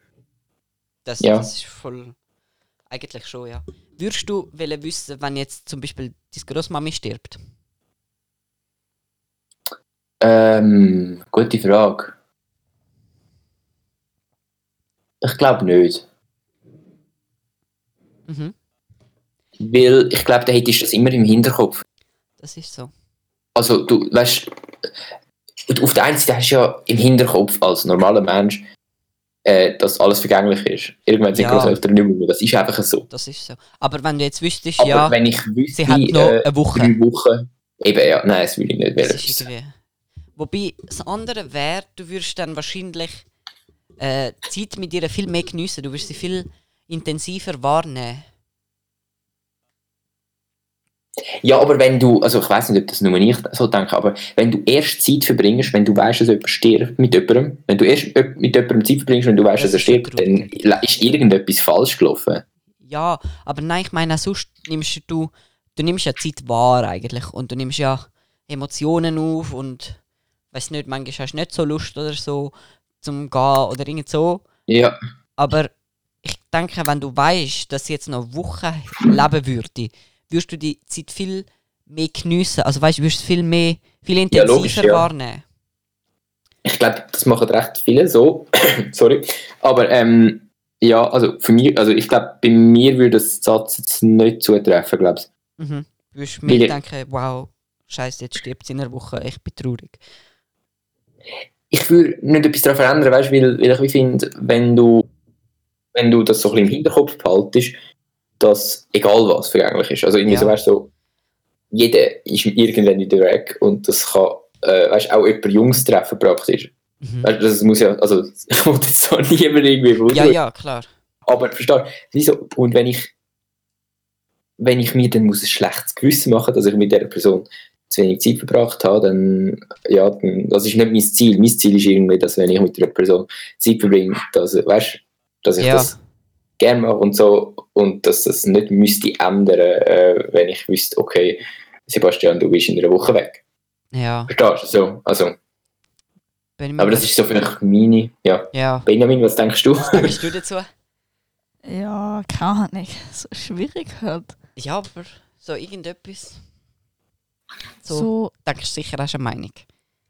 B: das,
D: Ja.
B: das ist voll. Eigentlich schon, ja. Würdest du wollen wissen, wenn jetzt zum Beispiel deine Großmami stirbt?
D: Ähm, gute Frage. Ich glaube nicht.
B: Mhm.
D: Weil ich glaube, dann hättest du das immer im Hinterkopf.
B: Das ist so.
D: Also du weißt, auf der einen Seite hast du ja im Hinterkopf als normaler Mensch, äh, dass alles vergänglich ist. Irgendwann sind
B: Ja.
D: Großeltern nicht mehr. mehr. Das ist einfach so.
B: Das ist so. Aber wenn du jetzt wüsstest,
D: Aber
B: ja,
D: wenn ich wüsste,
B: sie hat noch
D: äh,
B: eine Woche.
D: drei Wochen, eben ja, nein, das will ich nicht.
B: Das
D: wollen.
B: ist irgendwie. Wobei das andere wäre, du würdest dann wahrscheinlich äh, die Zeit mit ihr viel mehr geniessen. Du würdest sie viel intensiver wahrnehmen.
D: Ja, aber wenn du, also ich weiß nicht, ob das nur ich so denke, aber wenn du erst Zeit verbringst, wenn du weißt, dass jemand stirbt mit jemandem, wenn du erst jemand- mit jemandem Zeit verbringst, wenn du weißt,
B: Das
D: dass er
B: ist schon
D: stirbt, dann ist irgendetwas falsch gelaufen.
B: Ja, aber nein, ich meine, auch sonst nimmst du, du nimmst ja die Zeit wahr eigentlich und du nimmst ja Emotionen auf und weiß nicht, manchmal hast du nicht so Lust oder so zum Gehen oder irgend so.
D: Ja,
B: Aber ich denke, wenn du weißt, dass sie jetzt noch Wochen leben würde, würdest du die Zeit viel mehr geniessen. Also weißt du, würdest du viel mehr, viel intensiver
D: logisch, ja.
B: wahrnehmen.
D: ich glaube, das machen recht viele so. *coughs* Sorry. Aber ähm, ja, also für mich, also ich glaube, bei mir würde das Satz jetzt nicht zutreffen, glaube ich.
B: Mhm. Du würdest
D: Weil-
B: mehr denken, wow, scheiße, jetzt stirbt sie in einer Woche, ich bin traurig.
D: Ich würde nicht etwas daran verändern, weißt du, weil, weil ich wie finde, wenn du, wenn du das so ein bisschen im Hinterkopf behaltest, dass egal was vergänglich ist. Also irgendwie
B: Ja.
D: so, weißt du, so, jeder ist irgendwann wieder weg und das kann, äh, weißt du, auch jemand Jungs treffen praktisch.
B: Mhm.
D: Weißt du, das muss ja, also *laughs* ich wollte jetzt so niemand irgendwie
B: Ja,
D: wundern.
B: ja, klar.
D: Aber verstehst du, wieso? Und wenn ich, wenn ich mir dann muss ein schlechtes Gewissen machen dass ich mit dieser Person zu wenig Zeit verbracht habe, dann, ja, dann, das ist nicht mein Ziel. Mein Ziel ist irgendwie, dass wenn ich mit einer Person Zeit verbringe, dass, weißt, dass ich
B: Ja.
D: das gerne mache und so und dass das nicht müsste ändern, äh, wenn ich wüsste, okay, Sebastian, du bist in einer Woche weg.
B: Ja.
D: Verstehst du? So, also,
B: Benjamin,
D: aber das ist so vielleicht meine, ja.
B: Ja.
D: Benjamin, was denkst du?
B: Was denkst du dazu?
C: Ja, keine Ahnung. So schwierig halt.
B: Ja, aber so irgendetwas. So,
C: So,
B: denkst du sicher hast du eine Meinung.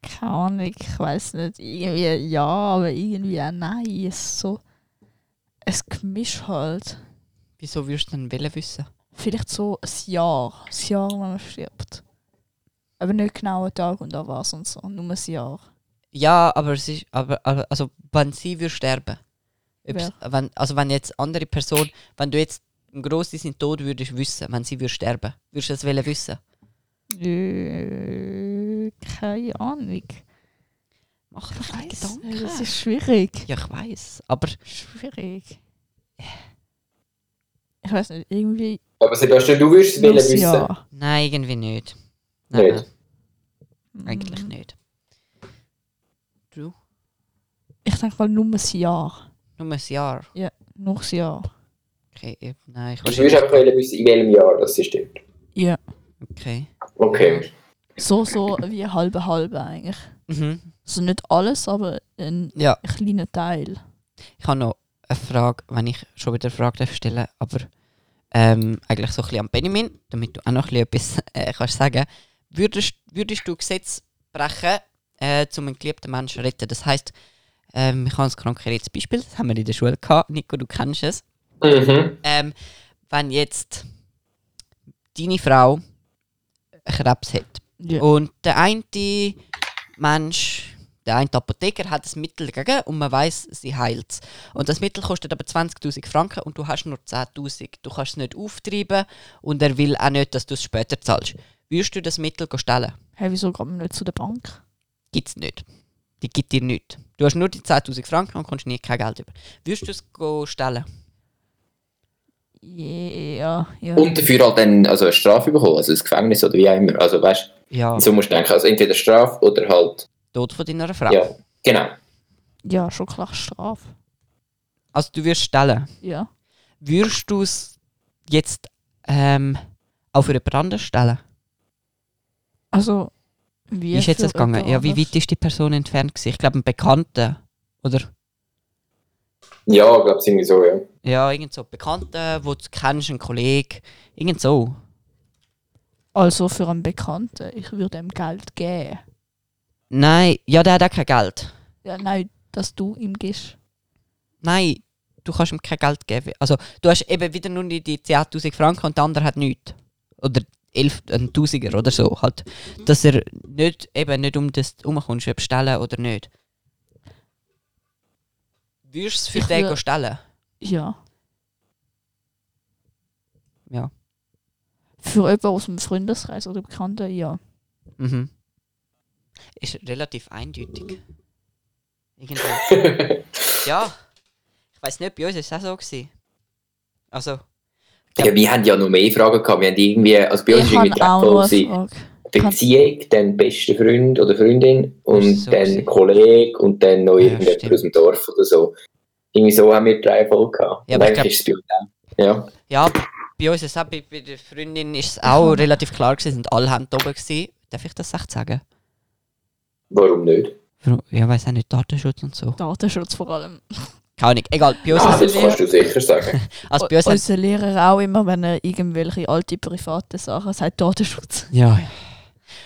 C: keine Ahnung, ich weiß nicht. Irgendwie ja, aber irgendwie auch nein. Es ist so ein Gemisch halt.
B: Wieso würdest du denn wollen wissen?
C: Vielleicht so ein Jahr. Ein Jahr, wenn man stirbt. Aber nicht genau einen Tag und an was und so. Nur ein Jahr.
B: Ja, aber es ist, aber, aber also wenn sie würde sterben, ob's- wenn, also wenn jetzt andere Person, wenn du jetzt im Großen sind tot, würdest wissen, wenn sie würde sterben, würdest du das wollen wissen?
C: Äh, keine Ahnung.
B: Mach
C: Ich
B: doch mal
C: weiß
B: Gedanken.
C: nicht, das ist schwierig.
B: ja, ich weiß, aber
C: Schwierig. Ich weiß nicht, irgendwie.
D: *laughs* Aber Sebastian, du würdest es
C: nur ein
D: wissen.
C: Jahr.
B: nein, irgendwie nicht.
D: Nicht?
B: Nein, nein, eigentlich
C: Mm.
B: nicht. Du?
C: Ich denke mal nur ein Jahr.
B: Nur ein Jahr.
C: Noch ein Jahr.
B: Okay, eben, nein, ich
D: Ich würde
B: weiß
D: Also, einfach wollen wissen, in welchem Jahr das ist. dort.
C: Ja.
B: Okay.
D: Okay.
C: So, so wie halbe halbe eigentlich.
B: Mhm.
C: Also nicht alles, aber ein
B: Ja,
C: kleiner Teil.
B: ich habe noch eine Frage, wenn ich schon wieder eine Frage darf stellen aber ähm, eigentlich so ein bisschen an Benjamin, damit du auch noch ein bisschen etwas *laughs* äh, kannst sagen würdest, würdest du Gesetz brechen, äh, um einen geliebten Menschen zu retten? Das heisst, Ähm, ich habe das Krankheitsbeispiel, das haben wir in der Schule gehabt. Nico, du kennst es.
D: Mhm.
B: Ähm, wenn jetzt deine Frau Krebs hat
C: Ja.
B: und der eine Mensch, der eine Apotheker hat das Mittel gegen und man weiß, sie heilt es. Und das Mittel kostet aber 20.000 Franken und du hast nur 10.000. Du kannst es nicht auftreiben und er will auch nicht, dass du es später zahlst. Würdest du das Mittel stellen?
C: Hey, wieso geht man nicht zu der Bank?
B: Gibt es nicht. Die gibt dir nichts. Du hast nur die 10.000 Franken und kommst nie kein Geld über. Würdest du es go stellen?
C: Ja, ja.
D: Und dafür halt dann also eine Strafe bekommen, also ins Gefängnis oder wie auch immer. Also weißt
B: Ja.
D: du, so musst du denken, also entweder Strafe oder halt.
B: Tod von deiner Frau.
D: Ja, genau.
C: Ja, schon klar Strafe.
B: Also du würdest stellen.
C: Ja.
B: Würdest du es jetzt ähm, auch für jemand anderes stellen?
C: Also, wie
B: Wie ist jetzt
C: für
B: das gegangen?
C: jemand
B: Ja, wie
C: anders?
B: weit ist die Person entfernt? Gewesen? Ich glaube, ein Bekannter. Oder?
D: Ja, ich glaube es irgendwie so, ja.
B: Ja, irgend so. Bekannter, wo du kennst, ein Kollege. Irgend so.
C: Also für einen Bekannten, ich würde ihm Geld geben.
B: Nein, ja, der hat auch kein Geld.
C: Ja, nein, dass du ihm gibst.
B: Nein, du kannst ihm kein Geld geben. Also, du hast eben wieder nur die die 10.000 Franken und der andere hat nichts. Oder 11, ein Tausiger oder so. Halt,
C: Mhm.
B: dass er nicht, eben nicht um das herumkommst, ob stellen oder nicht. Würdest du es für
C: Ich
B: den
C: wür-
B: go stellen?
C: Ja.
B: Ja.
C: Für jemanden aus dem Freundeskreis oder Bekannten, ja.
B: Mhm. Ist relativ eindeutig. Irgendwie. ja. Ich weiß nicht, bei uns war es auch so. Gewesen. Also,
D: ja, wir haben ja noch mehr Fragen gehabt. Wir haben irgendwie, also bei uns
C: Ich
D: war
C: habe
D: irgendwie
C: auch noch eine
D: Treppe
C: Frage.
D: Beziehung, dann beste Freund oder Freundin und
B: so
D: dann
B: gewesen.
D: Kollege und dann noch
B: Ja,
D: irgendjemand
B: stimmt.
D: aus dem Dorf oder so. Irgendwie so haben wir drei Folgen gehabt.
B: Ja,
D: und
B: aber ich
D: eigentlich ist es bei uns auch. Ja.
B: Ja, bei uns ist auch, bei, bei der Freundin ist es auch relativ klar gewesen, sind alle Hände oben gewesen. Darf ich das echt sagen?
D: Warum nicht?
B: Warum- Ja, weiß auch nicht, Datenschutz und so.
C: Datenschutz vor allem.
B: Keine Ahnung, egal, bei uns,
D: Ah,
C: Also
D: das
C: wir-
D: kannst du sicher sagen.
B: also bei uns haben,
C: Unser Lehrer auch immer, wenn er irgendwelche alte private Sachen sagt, Datenschutz.
B: ja.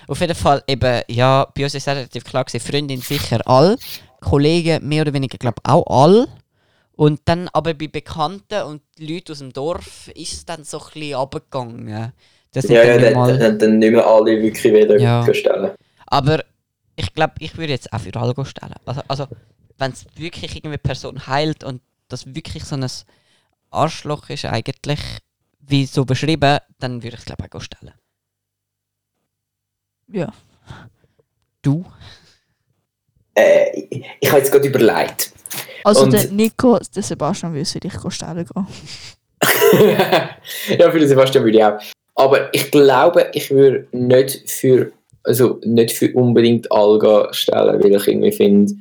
B: Auf jeden Fall eben, ja, bei uns ist es auch relativ klar gewesen, Freundin sicher all, Kollegen mehr oder weniger, glaube auch all. Und dann aber bei Bekannten und Leuten aus dem Dorf ist es dann so ein bisschen runtergegangen. Das sind
D: Ja, ja,
B: dann nicht
D: dann,
B: mal-
D: dann, dann, nicht mehr alle wirklich wieder
B: Ja.
D: verstellen.
B: Aber ich glaube, ich würde jetzt auch für Algo stellen. Also, also wenn es wirklich irgendwie eine Person heilt und das wirklich so ein Arschloch ist eigentlich, wie so beschrieben, dann würde ich es glaube Algo stellen.
C: Ja.
B: Du?
D: Äh, ich ich habe jetzt gerade überlegt. *laughs*
C: Also
D: Und-
C: der Nico, der Sebastian will für dich stellen gehen.
D: ja, für den Sebastian würde ich auch. Aber ich glaube, ich würde nicht für, also nicht für unbedingt Alga stellen, weil ich irgendwie finde,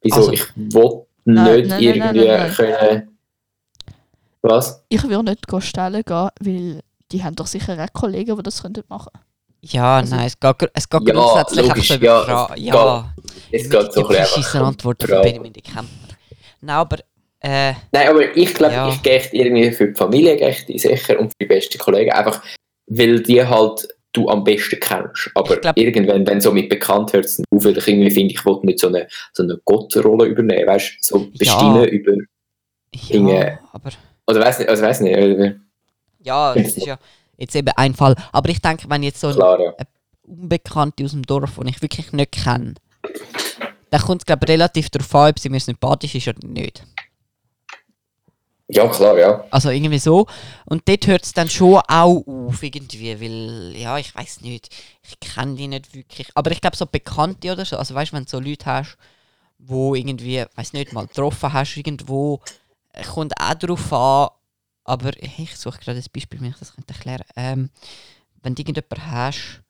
D: wieso
B: Also-
D: ich will
C: Nein, nein, nein,
D: nicht
C: nein,
D: irgendwie
C: nein, nein.
D: können. Was?
C: Ich würde nicht stellen gehen, weil die haben doch sicher auch Kollegen, die das könnten machen
B: Ja,
C: Also-
B: nein, es geht, gr- es geht
D: Ja,
B: grundsätzlich
D: logisch,
B: einfach so über
D: ja,
B: Fra-
D: es
B: Ja,
D: Es geht so ein bisschen
B: verschissene
D: einfach
B: Antwort
D: um
B: von Benjamin die Kämpfer. Nein, aber äh,
D: Nein, aber ich glaube,
B: Ja.
D: ich gehe echt irgendwie für die Familie gehe ich die sicher und für die besten Kollegen. Einfach, weil die halt du am besten kennst. Aber
B: Ich glaub-
D: irgendwann, wenn so mit bekannt hört, dann auf, weil ich irgendwie finde, ich wollte nicht so eine, so eine Gottrolle übernehmen, weißt du, so bestimmen über.
B: ja,
D: Dinge.
B: aber
D: Oder weiß nicht, also weiß nicht, äh,
B: ja, das ist ja jetzt eben ein Fall. Aber ich denke, wenn jetzt so ein
D: klar, ja.
B: Unbekannte aus dem Dorf, die ich wirklich nicht kenne, dann kommt es, glaube ich, relativ darauf an, ob sie mir sympathisch ist oder nicht.
D: Ja, klar, ja.
B: Also irgendwie so. Und dort hört es dann schon auch auf, irgendwie, weil, ja, ich weiß nicht, ich kenne die nicht wirklich. Aber ich glaube, so Bekannte oder so, also weißt du, wenn du so Leute hast, wo irgendwie, weiß nicht, mal getroffen hast irgendwo, äh, kommt auch darauf an, aber ich suche gerade ein Beispiel, wie ich das könnte erklären ähm, Wenn du irgendjemanden hast,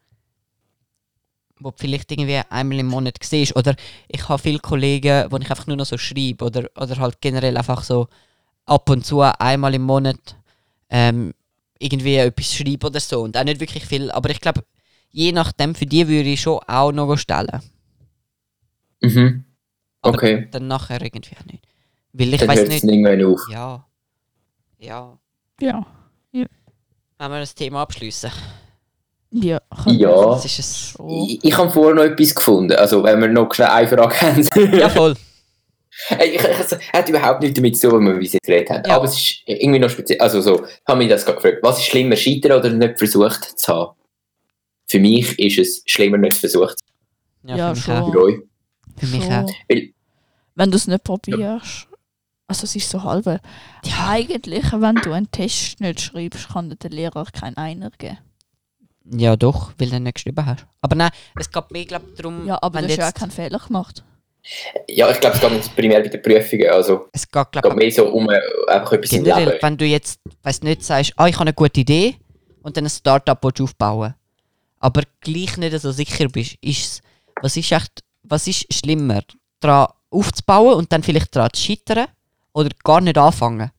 B: wo du vielleicht irgendwie einmal im Monat siehst, oder ich habe viele Kollegen, wo ich einfach nur noch so schreibe, oder, oder halt generell einfach so ab und zu einmal im Monat ähm, irgendwie etwas schreibe oder so. Und auch nicht wirklich viel, aber ich glaube, je nachdem, für die würde ich schon auch noch stellen.
D: Mhm.
B: Aber
D: Okay.
B: dann nachher irgendwie auch nicht. Weil ich
D: Dann
B: weiß
D: hört es
B: nicht.
D: irgendwann auf.
B: Ja. Ja.
C: Ja.
B: Wenn wir das Thema abschließen.
C: Ja.
D: Ja.
B: Das ist es.
C: So.
D: Ich, ich habe vorher noch etwas gefunden. Also, wenn wir noch schnell eine Frage *laughs* haben.
B: Ja, voll.
D: Ey, ich, also, hat überhaupt nichts damit zu tun, wie wir es jetzt geredet haben.
B: Ja.
D: Aber es ist irgendwie noch speziell. Also so, haben mich das gerade gefragt. Was ist schlimmer, scheitern oder nicht versucht zu haben? Für mich ist es schlimmer, nicht versucht zu
B: Ja,
C: Ja,
B: für mich
C: schon.
B: auch.
D: haben. Für euch.
B: Für mich
C: Schon.
B: auch.
D: Weil-
C: Wenn du es nicht probierst. Also es ist so halb. Ja. Eigentlich, wenn du einen Test nicht schreibst, kann dir der Lehrer keinen Einer geben.
B: Ja, doch, weil du nicht geschrieben hast. Aber nein, es geht mir, glaube ich, darum,
C: Ja, aber
B: Hm. wenn
C: du hast ja auch
B: jetzt-
C: keinen Fehler gemacht.
D: Ja, ich glaube, es geht nicht primär bei den Prüfungen. Also,
B: es geht,
D: es geht
B: glaube ich,
D: mehr so um äh, einfach etwas im
B: generell,
D: Leben.
B: wenn du jetzt, weiß nicht, sagst, ah, ich habe eine gute Idee und dann ein Startup willst du aufbauen aber gleich nicht so sicher bist, ist es- was ist echt, was ist schlimmer, daran aufzubauen und dann vielleicht daran zu scheitern oder gar nicht anfangen?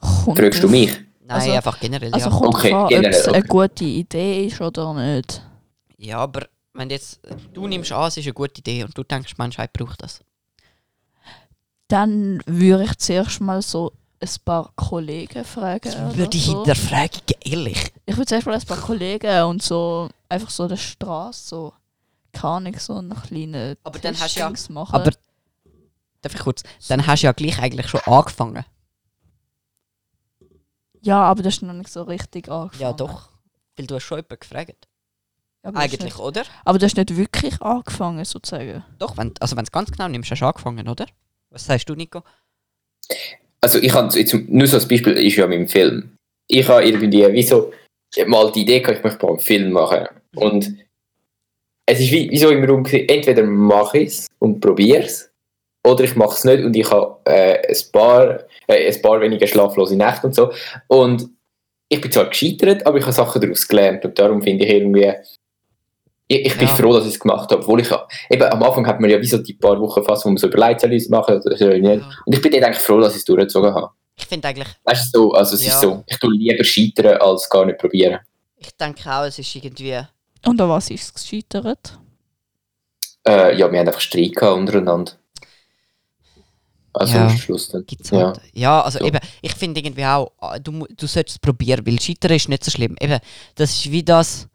C: Kommt
D: Fragst du
C: drauf-
D: mich?
B: Nein,
C: Also-
B: einfach generell,
C: Also
B: ja.
C: kommt okay,
D: Okay,
C: drauf, an, ob
D: generell,
C: es eine
D: okay.
C: gute Idee ist oder nicht.
B: Ja, aber wenn jetzt, du nimmst an, es ist eine gute Idee und du denkst, die Menschheit braucht das.
C: Dann würde ich zuerst mal so ein paar Kollegen fragen. oder so.
B: hinterfragen, ehrlich.
C: Ich würde zuerst mal ein paar Kollegen und so einfach so der Straße so keine Ahnung, so einen kleinen
B: Aber dann hast du ja-
C: Testdings machen.
B: Aber, darf ich kurz, dann hast du ja gleich eigentlich schon angefangen.
C: ja, aber das ist noch nicht so richtig angefangen.
B: Ja, doch. Weil du hast schon jemanden gefragt.
C: Aber das ist
B: Eigentlich,
C: Nicht,
B: oder?
C: aber das ist nicht wirklich angefangen, sozusagen.
B: Doch, wenn, also wenn es ganz genau nimmst, hast du angefangen, oder? Was sagst du, Nico?
D: also ich habe jetzt nur so ein Beispiel ist ja mit dem Film. Ich habe irgendwie wie so mal die Idee gehabt, ich möchte mal einen Film machen. Und es ist wie, wie so im Raum gewesen, entweder mache ich es und probiere es, oder ich mache es nicht und ich habe äh, ein, paar, äh, ein paar weniger schlaflose Nächte und so. Und ich bin zwar gescheitert, aber ich habe Sachen daraus gelernt und darum finde ich irgendwie, ich, ich bin
B: Ja.
D: froh, dass ich es gemacht habe, obwohl ich eben am Anfang hat man ja wie so die paar Wochen fast, wo man so überlegt, soll ich es machen oder soll ich nicht. Und ich bin dann eigentlich froh, dass ich es durchgezogen habe.
B: Ich finde eigentlich,
D: Weißt du, so, also es
B: Ja.
D: ist so, ich tue lieber scheitern, als gar nicht probieren.
B: ich denke auch, es ist irgendwie.
C: Und an was ist es gescheitert?
D: Äh, ja, wir haben einfach Streit gehabt untereinander. Also
B: Ja.
D: am Schluss dann.
B: Gibt's
D: Ja.
B: halt. Ja, ja also
D: So.
B: eben, ich finde irgendwie auch, ah, du, mu- du solltest es probieren, weil Scheitern ist nicht so schlimm. Eben, das ist wie das,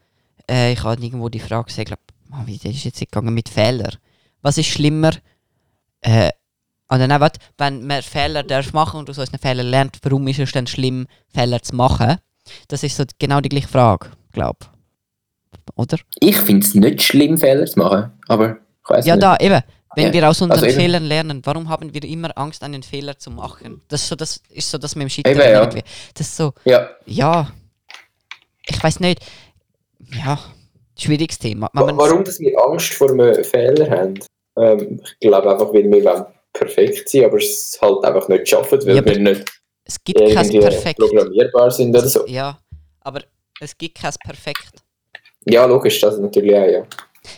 B: äh, ich habe irgendwo die Frage gesehen, glaube, wie das ist jetzt gegangen mit Fehlern. Was ist schlimmer? Äh, oder nein, warte, wenn man Fehler darf machen und aus unseren Fehlern lernt, warum ist es denn schlimm, Fehler zu machen? Das ist so genau die gleiche Frage, glaube Oder?
D: Ich finde es nicht schlimm, Fehler zu machen, aber ich weiß
B: Ja,
D: nicht.
B: da eben. Wenn
D: Ja,
B: wir aus unseren
D: also eben.
B: Fehlern lernen, warum haben wir immer Angst, einen Fehler zu machen? Das ist so das, ist so das mit dem Scheitern.
D: Eben, ja.
B: irgendwie. Das ist so,
D: Ja,
B: ja. Ich weiß nicht. Ja, schwieriges Thema. Wenn man-
D: warum dass wir Angst vor einem Fehler haben? Ähm, ich glaube einfach, weil wir wollen perfekt sind, aber es halt einfach nicht schaffen, weil
B: Ja, aber
D: wir nicht
B: Es gibt kein
D: irgendwie
B: Perfekt.
D: programmierbar sind oder so.
B: Ja, aber es gibt kein Perfekt.
D: Ja, logisch, das ist natürlich auch, ja.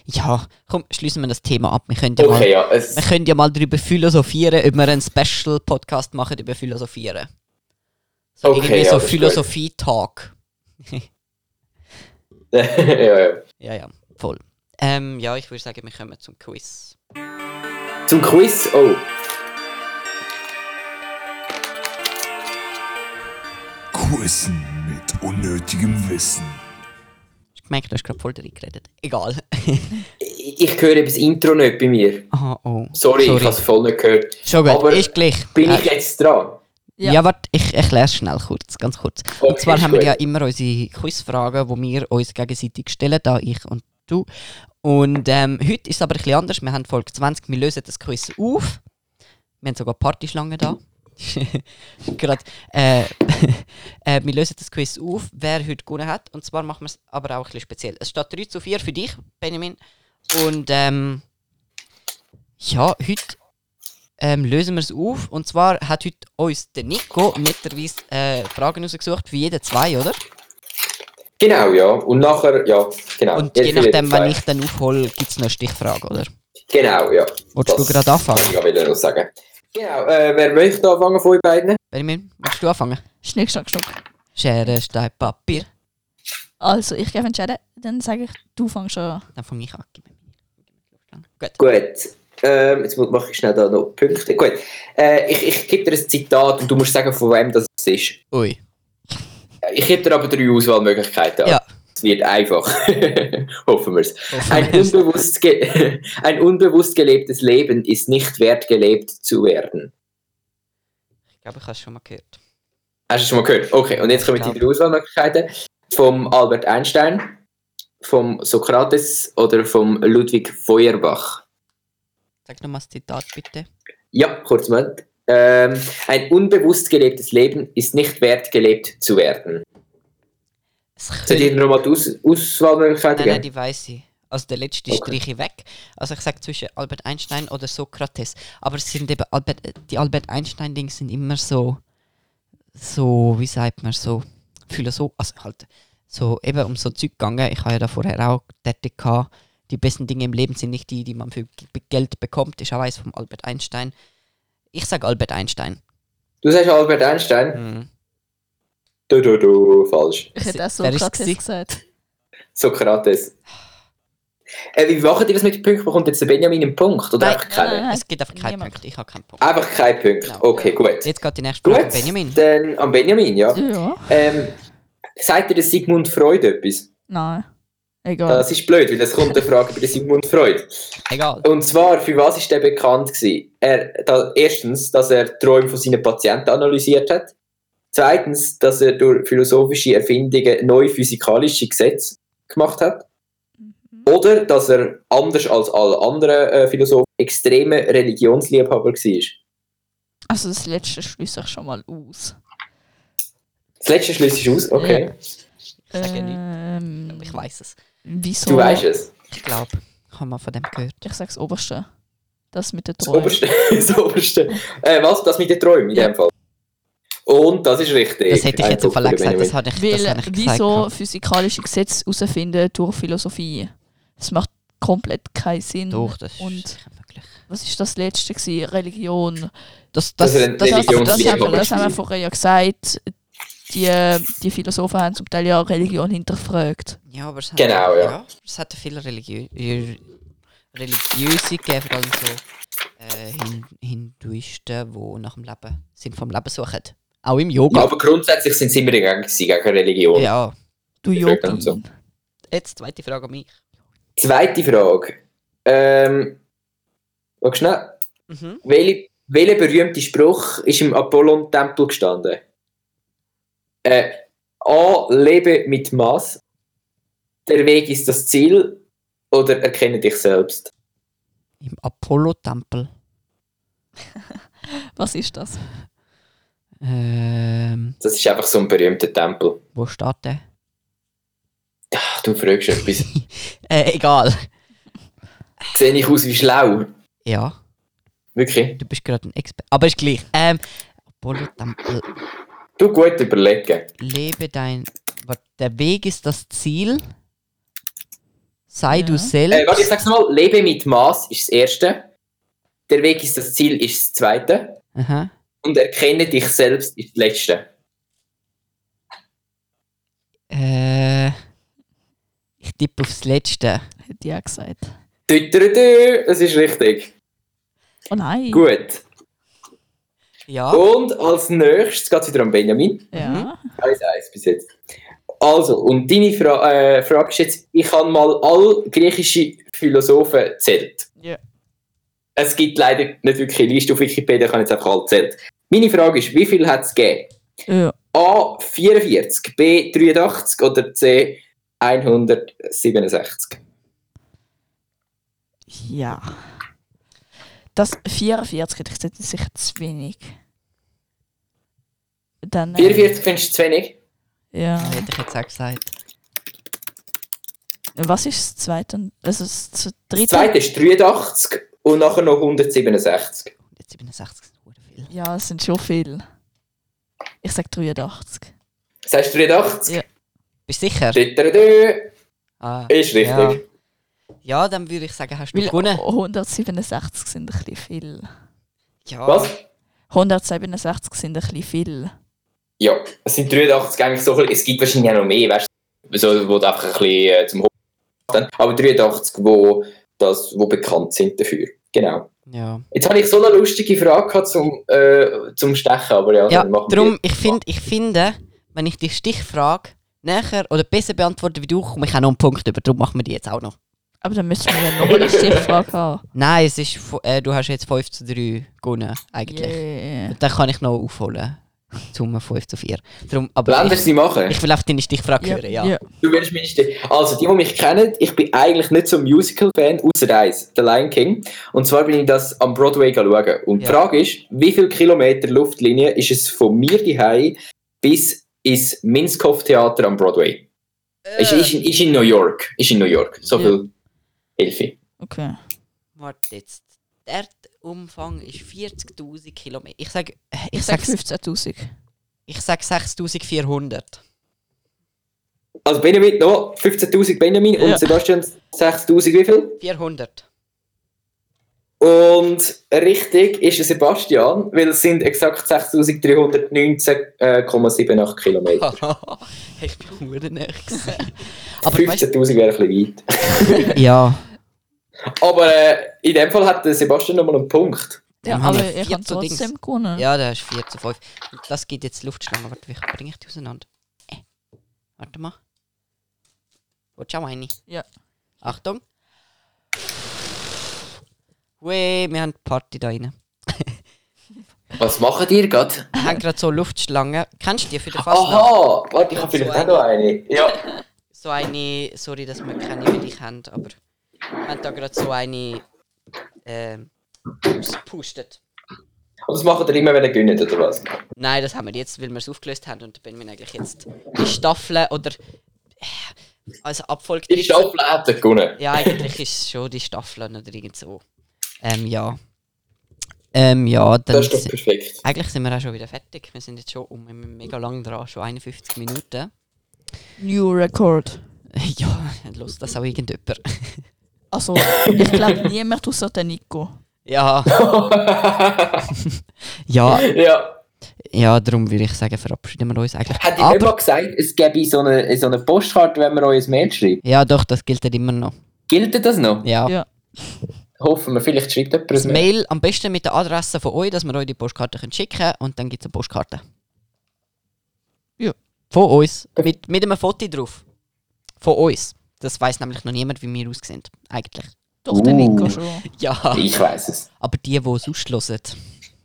B: Ja, komm, schließen wir das Thema ab. Wir können ja
D: Okay,
B: mal,
D: ja, es, *laughs*
B: wir können ja mal darüber philosophieren, ob wir einen Special-Podcast machen über Philosophieren. So
D: Okay,
B: irgendwie
D: ja,
B: so
D: das ist gut.
B: Philosophie-Talk.
D: ja, ja.
B: Ja, ja, voll. Ähm, ja, ich würde sagen, wir kommen zum Quiz.
D: Zum Quiz, oh.
A: Quizzen mit unnötigem Wissen.
B: Ich gemerkt, du hast gerade voll reingeredet. Egal. *laughs*
D: Ich ich höre eben das Intro nicht bei mir.
B: Aha, oh.
D: Sorry, ich habe es voll nicht gehört.
B: Schon gut,
D: aber
B: ist gleich.
D: Bin
B: Äh,
D: ich jetzt dran?
B: ja, warte, ich erkläre es schnell kurz, ganz kurz. und
D: Okay,
B: zwar
D: ist
B: haben wir
D: gut.
B: ja immer unsere Quizfragen, die wir uns gegenseitig stellen, da ich und du. Und ähm, heute ist es aber ein bisschen anders. Wir haben Folge 20, wir lösen das Quiz auf. Wir haben sogar Partyschlangen da. *laughs* Gerade, äh, *laughs* äh, wir lösen das Quiz auf, wer heute gewonnen hat. Und zwar machen wir es aber auch ein bisschen speziell. Es steht 3 zu 4 für dich, Benjamin. Und ähm, ja, heute ähm, lösen wir es auf. Und zwar hat heute uns der Nico mittlerweile äh, Fragen rausgesucht, für jeden zwei, oder?
D: Genau, ja. Und nachher, ja, genau.
B: Und
D: Jetzt
B: je
D: bin
B: nachdem,
D: dabei.
B: wenn ich dann aufhole, gibt es noch eine Stichfrage, oder?
D: Genau, ja.
B: Wolltest
D: Das
B: du gerade anfangen?
D: kann Ich wollte noch sagen. Genau, äh, wer möchte anfangen von euch beiden?
B: Benjamin, möchtest du anfangen?
C: Schnick, schnack, schnuck.
B: Schere, Stein, Papier.
C: Also, ich gebe entscheiden, dann sage ich, du fängst an.
B: Dann fange ich an. Gib mir- gib mir die Luftschlange. Gut.
D: Gut. Ähm, jetzt mu- mache ich schnell da noch Punkte. Gut. Äh, ich, ich gebe dir ein Zitat und du musst sagen, von wem das es ist.
B: Ui.
D: Ich gebe dir aber drei Auswahlmöglichkeiten.
B: Ja.
D: es wird einfach. *laughs* Hoffen wir es. Ein unbewusst, ge *laughs* ein unbewusst gelebtes Leben ist nicht wert, gelebt zu werden.
B: Ich glaube, ich habe es schon mal gehört.
D: Hast du es schon mal gehört? Okay, und jetzt kommen die
B: Ich
D: drei Auswahlmöglichkeiten. Vom Albert Einstein, vom Sokrates oder vom Ludwig Feuerbach.
B: Sag nochmal das Zitat bitte.
D: Ja, kurz Moment. Ähm, ein unbewusst gelebtes Leben ist nicht wert, gelebt zu werden.
B: Es
D: Soll ich
B: könnte,
D: dir nochmal die Aus Auswahlmöglichkeiten
B: nein, nein,
D: geben?
B: die weiß ich. Also der letzte
D: Okay.
B: Striche weg. Also ich sage zwischen Albert Einstein oder Sokrates. Aber es sind eben Albert, äh, die Albert Einstein-Dings sind immer so, so, wie sagt man, so Philosoph, also halt so eben um so Zeug gegangen. Ich habe ja da vorher auch dort gehabt. Die besten Dinge im Leben sind nicht die, die man für G- Geld bekommt. Ist auch eins von Albert Einstein. Ich sage Albert Einstein.
D: Du sagst Albert Einstein?
B: Hm.
D: Du, du, du, falsch.
C: Ich hätte auch so
B: Wer ist's
C: Sokrates
B: gewesen?
C: gesagt.
D: Sokrates. Äh, wie machen die das mit den Punkten? Bekommt jetzt der Benjamin einen Punkt? Oder
B: Nein,
D: einfach
C: nein,
D: keinen?
C: nein,
B: Es gibt einfach keinen
C: niemand.
B: Punkt. Ich habe keinen Punkt.
D: Einfach keinen Punkt.
B: Nein.
D: Okay, gut.
B: Jetzt geht die nächste Frage.
D: Gut,
B: Benjamin.
D: dann an Benjamin, ja.
C: Ja.
D: Ähm, sagt dir der Sigmund Freud etwas?
C: Nein. Egal.
D: Das ist blöd, weil es kommt eine Frage über den Sigmund Freud.
B: Egal.
D: Und zwar, für was ist der bekannt gewesen? Er, da, erstens, dass er Träume von seinen Patienten analysiert hat. Zweitens, dass er durch philosophische Erfindungen neue physikalische Gesetze gemacht hat.
B: Mhm.
D: Oder dass er, anders als alle anderen äh, Philosophen, extreme Religionsliebhaber war.
C: Also das letzte schließe ich schon mal aus.
D: Das letzte schließt ich aus, okay.
B: Ich sage ja nichts.
C: Ähm,
B: Ich weiß es.
C: Wieso?
D: Du weißt es.
B: Ich glaube, ich habe mal von dem gehört.
C: Ich sage das Oberste. Das mit der
D: Das
C: Treue.
D: oberste. *laughs* das oberste. Äh, was? Das mit den Träumen in
C: Ja.
D: dem Fall. Und das ist richtig.
B: Das hätte ich
D: Ein
B: jetzt auf
D: Punkt
B: alle
D: für den
B: gesagt, das habe ich, das
C: Weil,
B: habe ich gesagt.
C: wieso physikalische Gesetze herausfinden durch Philosophie? Das macht komplett keinen Sinn.
B: Doch, das ist
C: Und-
B: sicher möglich.
C: Was ist das letzte? Gewesen? Religion.
B: Das,
D: Das
B: das,
D: ist ein
B: das,
C: Das, aber das, haben,
D: Religionslehrer.
C: wir- das haben wir vorher ja gesagt. Die, die Philosophen haben zum Teil ja Religion hinterfragt.
B: ja, aber es hat,
D: Genau, ja.
B: es hat viele religiö religiöse gegeben, vor allem so äh, Hin Hinduisten, die nach dem Leben, Sinn vom Leben suchen. Auch im
D: Ja,
B: Yoga.
D: aber grundsätzlich sind sie immer gegen, gegen Religion.
B: Ja.
C: Du
D: Ich sag dann
C: Yogi.
D: so.
B: Jetzt zweite Frage an mich.
D: Zweite Frage. Ähm, schau schnell.
B: Mhm.
D: Welche, welcher berühmte Spruch ist im Apollon-Tempel gestanden? Äh, A. Lebe mit Maß. Der Weg ist das Ziel. Oder erkenne dich selbst.
B: Im Apollo-Tempel.
C: Was ist das?
B: Ähm,
D: Das ist einfach so ein berühmter Tempel.
B: wo steht der?
D: Ach, du fragst etwas.
B: Äh, egal.
D: Sehe ich aus wie schlau?
B: Ja.
D: Wirklich?
B: Du bist gerade ein Experte. Aber ist gleich. Ähm, Apollo Tempel,
D: Du gut überlegen.
B: äh, lebe dein. Warte, der Weg ist das Ziel. Sei
C: Ja.
B: du
D: Äh, warte, ich
B: selbst.
D: sag's nochmal. Lebe mit Maß ist das Erste. Der Weg ist das Ziel ist das Zweite.
B: Aha.
D: Und erkenne dich selbst ist das Letzte.
B: Äh, ich tippe aufs Letzte.
C: Hätte ich auch gesagt.
D: Dü, dü, dü, das ist richtig.
C: Oh nein.
D: Gut.
B: Ja.
D: Und als nächstes geht es wieder an Benjamin.
C: Ja.
D: Alles eins bis jetzt. Also, und deine Fra äh, Frage ist jetzt, ich habe mal all griechische Philosophen gezählt.
C: Ja.
D: Es gibt leider nicht wirklich eine Liste auf Wikipedia, ich habe jetzt einfach alle gezählt. Meine Frage ist, wie viel hat es gegeben?
C: ja.
D: A 44, B 83 oder C 167?
C: Ja. Das 44 hätte ich gesagt, ist sicher zu wenig. Dann. äh,
D: 44 findest du zu wenig?
C: Ja.
B: Das hätte ich jetzt auch gesagt.
C: Was ist das zweite? und- Also das z-
D: Das
C: dritte?
D: zweite ist 83 und nachher noch 167.
B: 167 ist verdammt viel.
C: Ja, es sind schon viele. Ich sag 83.
D: Sagst du 83?
C: Ja.
B: Bist du sicher?
D: Dü, dü, dü.
B: Ah,
D: Ist richtig.
B: Ja. ja, dann würde ich sagen, hast du
C: Weil
B: gewonnen.
C: 167 sind ein bisschen viel.
B: Ja.
D: Was?
C: 167 sind ein bisschen viel.
D: Ja, es sind 83 eigentlich so ein bisschen- Es gibt wahrscheinlich auch noch mehr, weißt du, so, wo du einfach ein bisschen äh, zum Hoch dann. Aber 83, wo, das, wo bekannt sind dafür. Genau.
B: Ja.
D: Jetzt habe ich so eine lustige Frage gehabt zum, äh, zum Stechen, aber ja,
B: Ja,
D: dann machen wir
B: Drum, ich, find, ich finde, wenn ich dich Stich frage, näher oder besser beantworten wie du, komme ich auch noch einen Punkt über. Darum machen wir die jetzt auch noch.
C: Aber dann müssen wir ja noch
B: *laughs*
C: eine Stichfrage haben.
B: Nein, es ist, fu- äh, du hast jetzt 5 zu 3 gewonnen, eigentlich.
C: Yeah.
B: Und dann kann ich noch aufholen. Zum 5 zu 4. Darum, aber
D: Blender
B: ich,
D: sie machen.
B: ich will einfach deine Stichfrage hören, ja.
D: Du wirst meine Stimme. Also, die, die mich kennen, ich bin eigentlich nicht so ein Musical-Fan, außer eins, The Lion King. Und zwar bin ich das am Broadway schauen. Und
B: Ja.
D: die Frage ist, wie viele Kilometer Luftlinie ist es von mir diehei bis ins Minskow-Theater am Broadway? Ist, ist, in- ist in New York. Ist in New York. So
C: Äh. Ja.
D: viel Hilfe.
C: Okay.
B: Warte jetzt. Der Umfang ist 40.000 Kilometer. Ich sage ich
C: Ich
B: sag, *laughs*
C: sage 15.000.
B: ich sag 6.400.
D: Also, Benjamin, noch 15.000 Benjamin
C: Ja.
D: und Sebastian 6.000 wie viel?
B: *laughs* 400.
D: Und richtig ist es Sebastian, weil es sind exakt äh, 6.319,78 Kilometer.
B: ich bin verdammt näher. gewesen. Aber weißt
D: 15.000 wäre ein bisschen weit.
B: du, ja,
D: Aber äh, in dem Fall hat der Sebastian nochmal einen Punkt.
C: Ja,
B: Dann haben
C: aber
B: wir
C: ich
B: 4
C: habe
B: zu Dings.
C: trotzdem gewonnen.
B: ja, der ist 4 zu 5. Und das geht jetzt Luftschlange. Warte, wie bringe ich die auseinander? Äh, warte mal. Willst du auch eine?
C: Ja.
B: Achtung. Hui, wir haben die Party da rein.
D: Was machen ihr gerade?
B: Wir haben gerade so Luftschlangen. Kennst du die für den Fastnacht?
D: Aha! Warte, ich habe vielleicht auch noch eine. Ja.
B: So eine, sorry, dass wir keine für dich haben, aber wir haben da gerade so eine ähm, ausgepustet.
D: Und das macht ihr immer, wenn ihr gewinnt, oder was?
B: Nein, das haben wir jetzt, weil wir es aufgelöst haben und bin mir eigentlich jetzt die Staffel oder äh, als Abfolge
D: Die Staffel hat er gewonnen.
B: Ja, eigentlich ist es schon die Staffel oder irgend so. Ähm, ja. Ähm, ja, dann
D: Das ist doch
B: si-
D: perfekt.
B: eigentlich sind wir auch schon wieder fertig. Wir sind jetzt schon um mega lang dran, schon 51 Minuten. *laughs*
C: New Record.
B: ja, los das auch irgendjemand. *laughs*
C: Also, ich glaube niemand außer der Nico.
D: *laughs*
B: ja. ja,
D: Ja.
B: ja, darum würde ich sagen, verabschieden wir uns eigentlich.
D: Hat ihr nicht
B: Aber,
D: mal gesagt, es gäbe so eine, so eine Postkarte, wenn wir euch ein Mail schreibt?
B: ja, doch, das gilt halt immer noch.
D: Gilt das noch?
B: Ja.
C: Ja.
D: Hoffen wir, vielleicht schreibt jemand
B: Das
D: ein Mail.
B: Mail am besten mit der Adresse von euch, dass wir euch die Postkarte können schicken können und dann gibt es eine Postkarte.
C: Ja.
B: Von uns. Mit, mit einem Foto drauf. Von uns. Das weiß nämlich noch niemand, wie wir aussehen. Eigentlich.
C: *laughs* Doch, der
D: Uh.
C: Nico schon.
B: Ja.
D: Ich weiß es.
B: Aber die, die es ausschlossen,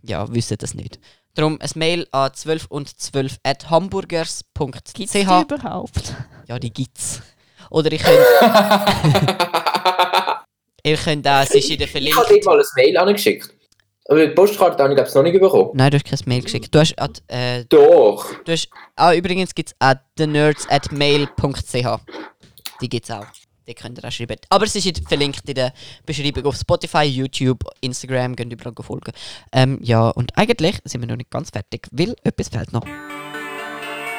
B: ja, wissen das nicht. Darum ein Mail an 12 und 12 at
C: Gibt's die
B: hamburgers.ch.
C: überhaupt?
B: Ja, die gibt's. Oder ihr
C: *laughs*
B: könnt. ihr könnt auch, es ist in der
D: Ich habe dir
B: Verlinkung.
D: mal ein Mail angeschickt. Aber die Postkarte habe ich, glaube ich, noch nicht bekommen.
B: Nein, du hast kein Mail geschickt. Du hast, an die, äh,
D: Doch.
B: Du hast, ah, übrigens gibt es auch thenerds.mail.ch. Die gibt es auch. Die könnt ihr auch schreiben. Aber es ist in- verlinkt in der Beschreibung auf Spotify, YouTube, Instagram. Könnt ihr überall folgen. Ähm, ja, und eigentlich sind wir noch nicht ganz fertig, weil etwas fehlt noch.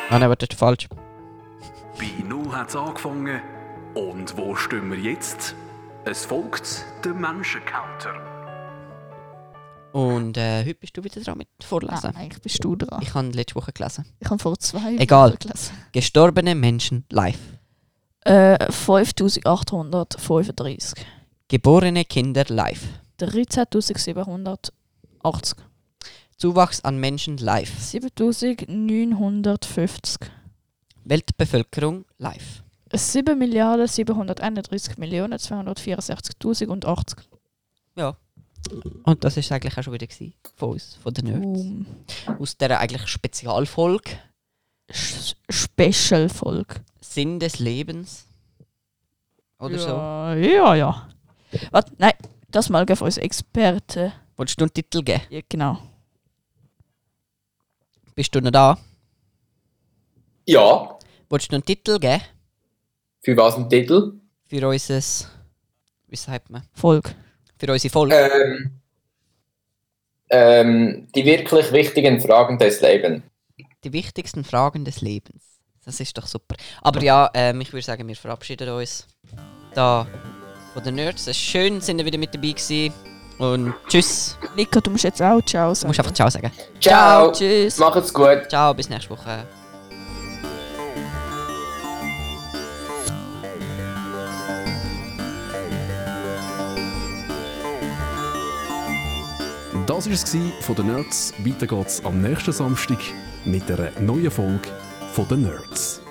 B: Ah nein, warte, das ist falsch.
A: Bei Null hat es angefangen. Und wo stehen wir jetzt? Es folgt der Menschencounter.
B: Und äh, heute bist du wieder dran mit Vorlesen.
C: Nein, eigentlich bist du dran.
B: Ich habe letzte Woche gelesen.
C: Ich habe vor zwei
B: Egal.
C: Wochen gelesen.
B: Gestorbene Menschen live.
C: Äh, 5835.
B: Geborene Kinder live.
C: 13780.
B: Zuwachs an Menschen live.
C: 7950.
B: Weltbevölkerung live.
C: 7 Milliarden 731 Millionen 264.080. und 80.
B: Und das ist eigentlich auch schon wieder gewesen, von uns, von den Nerds.
C: Boom.
B: Aus dieser eigentlich Spezialfolge
C: Sch- Special-Folge.
B: Sinn des Lebens. Oder so.
C: ja, Ja, ja. Warte, nein, das mal geben uns Experten.
B: Wolltest du einen Titel geben?
C: Ja, genau.
B: Bist du noch da?
D: Ja.
B: Wolltest du einen Titel geben
D: Für was ein Titel?
B: für unser. Wie sagt man?
C: Folge.
B: Für unsere Folge.
D: Ähm, ähm, die wirklich wichtigen Fragen des Lebens.
B: Die wichtigsten Fragen des Lebens. Das ist doch super. Aber ja, ähm, ich würde sagen, wir verabschieden uns. Da von den Nerds. Es ist schön, sind ihr wieder mit dabei gewesen. Und tschüss.
C: Nico, du musst jetzt auch Ciao
B: Du
C: sagen.
B: musst einfach Ciao sagen.
D: Ciao.
C: Tschüss.
D: Macht's gut.
B: Ciao, bis nächste Woche.
A: Das war es von den Nerds. Weiter geht's am nächsten Samstag mit einer neuen Folge von den Nerds.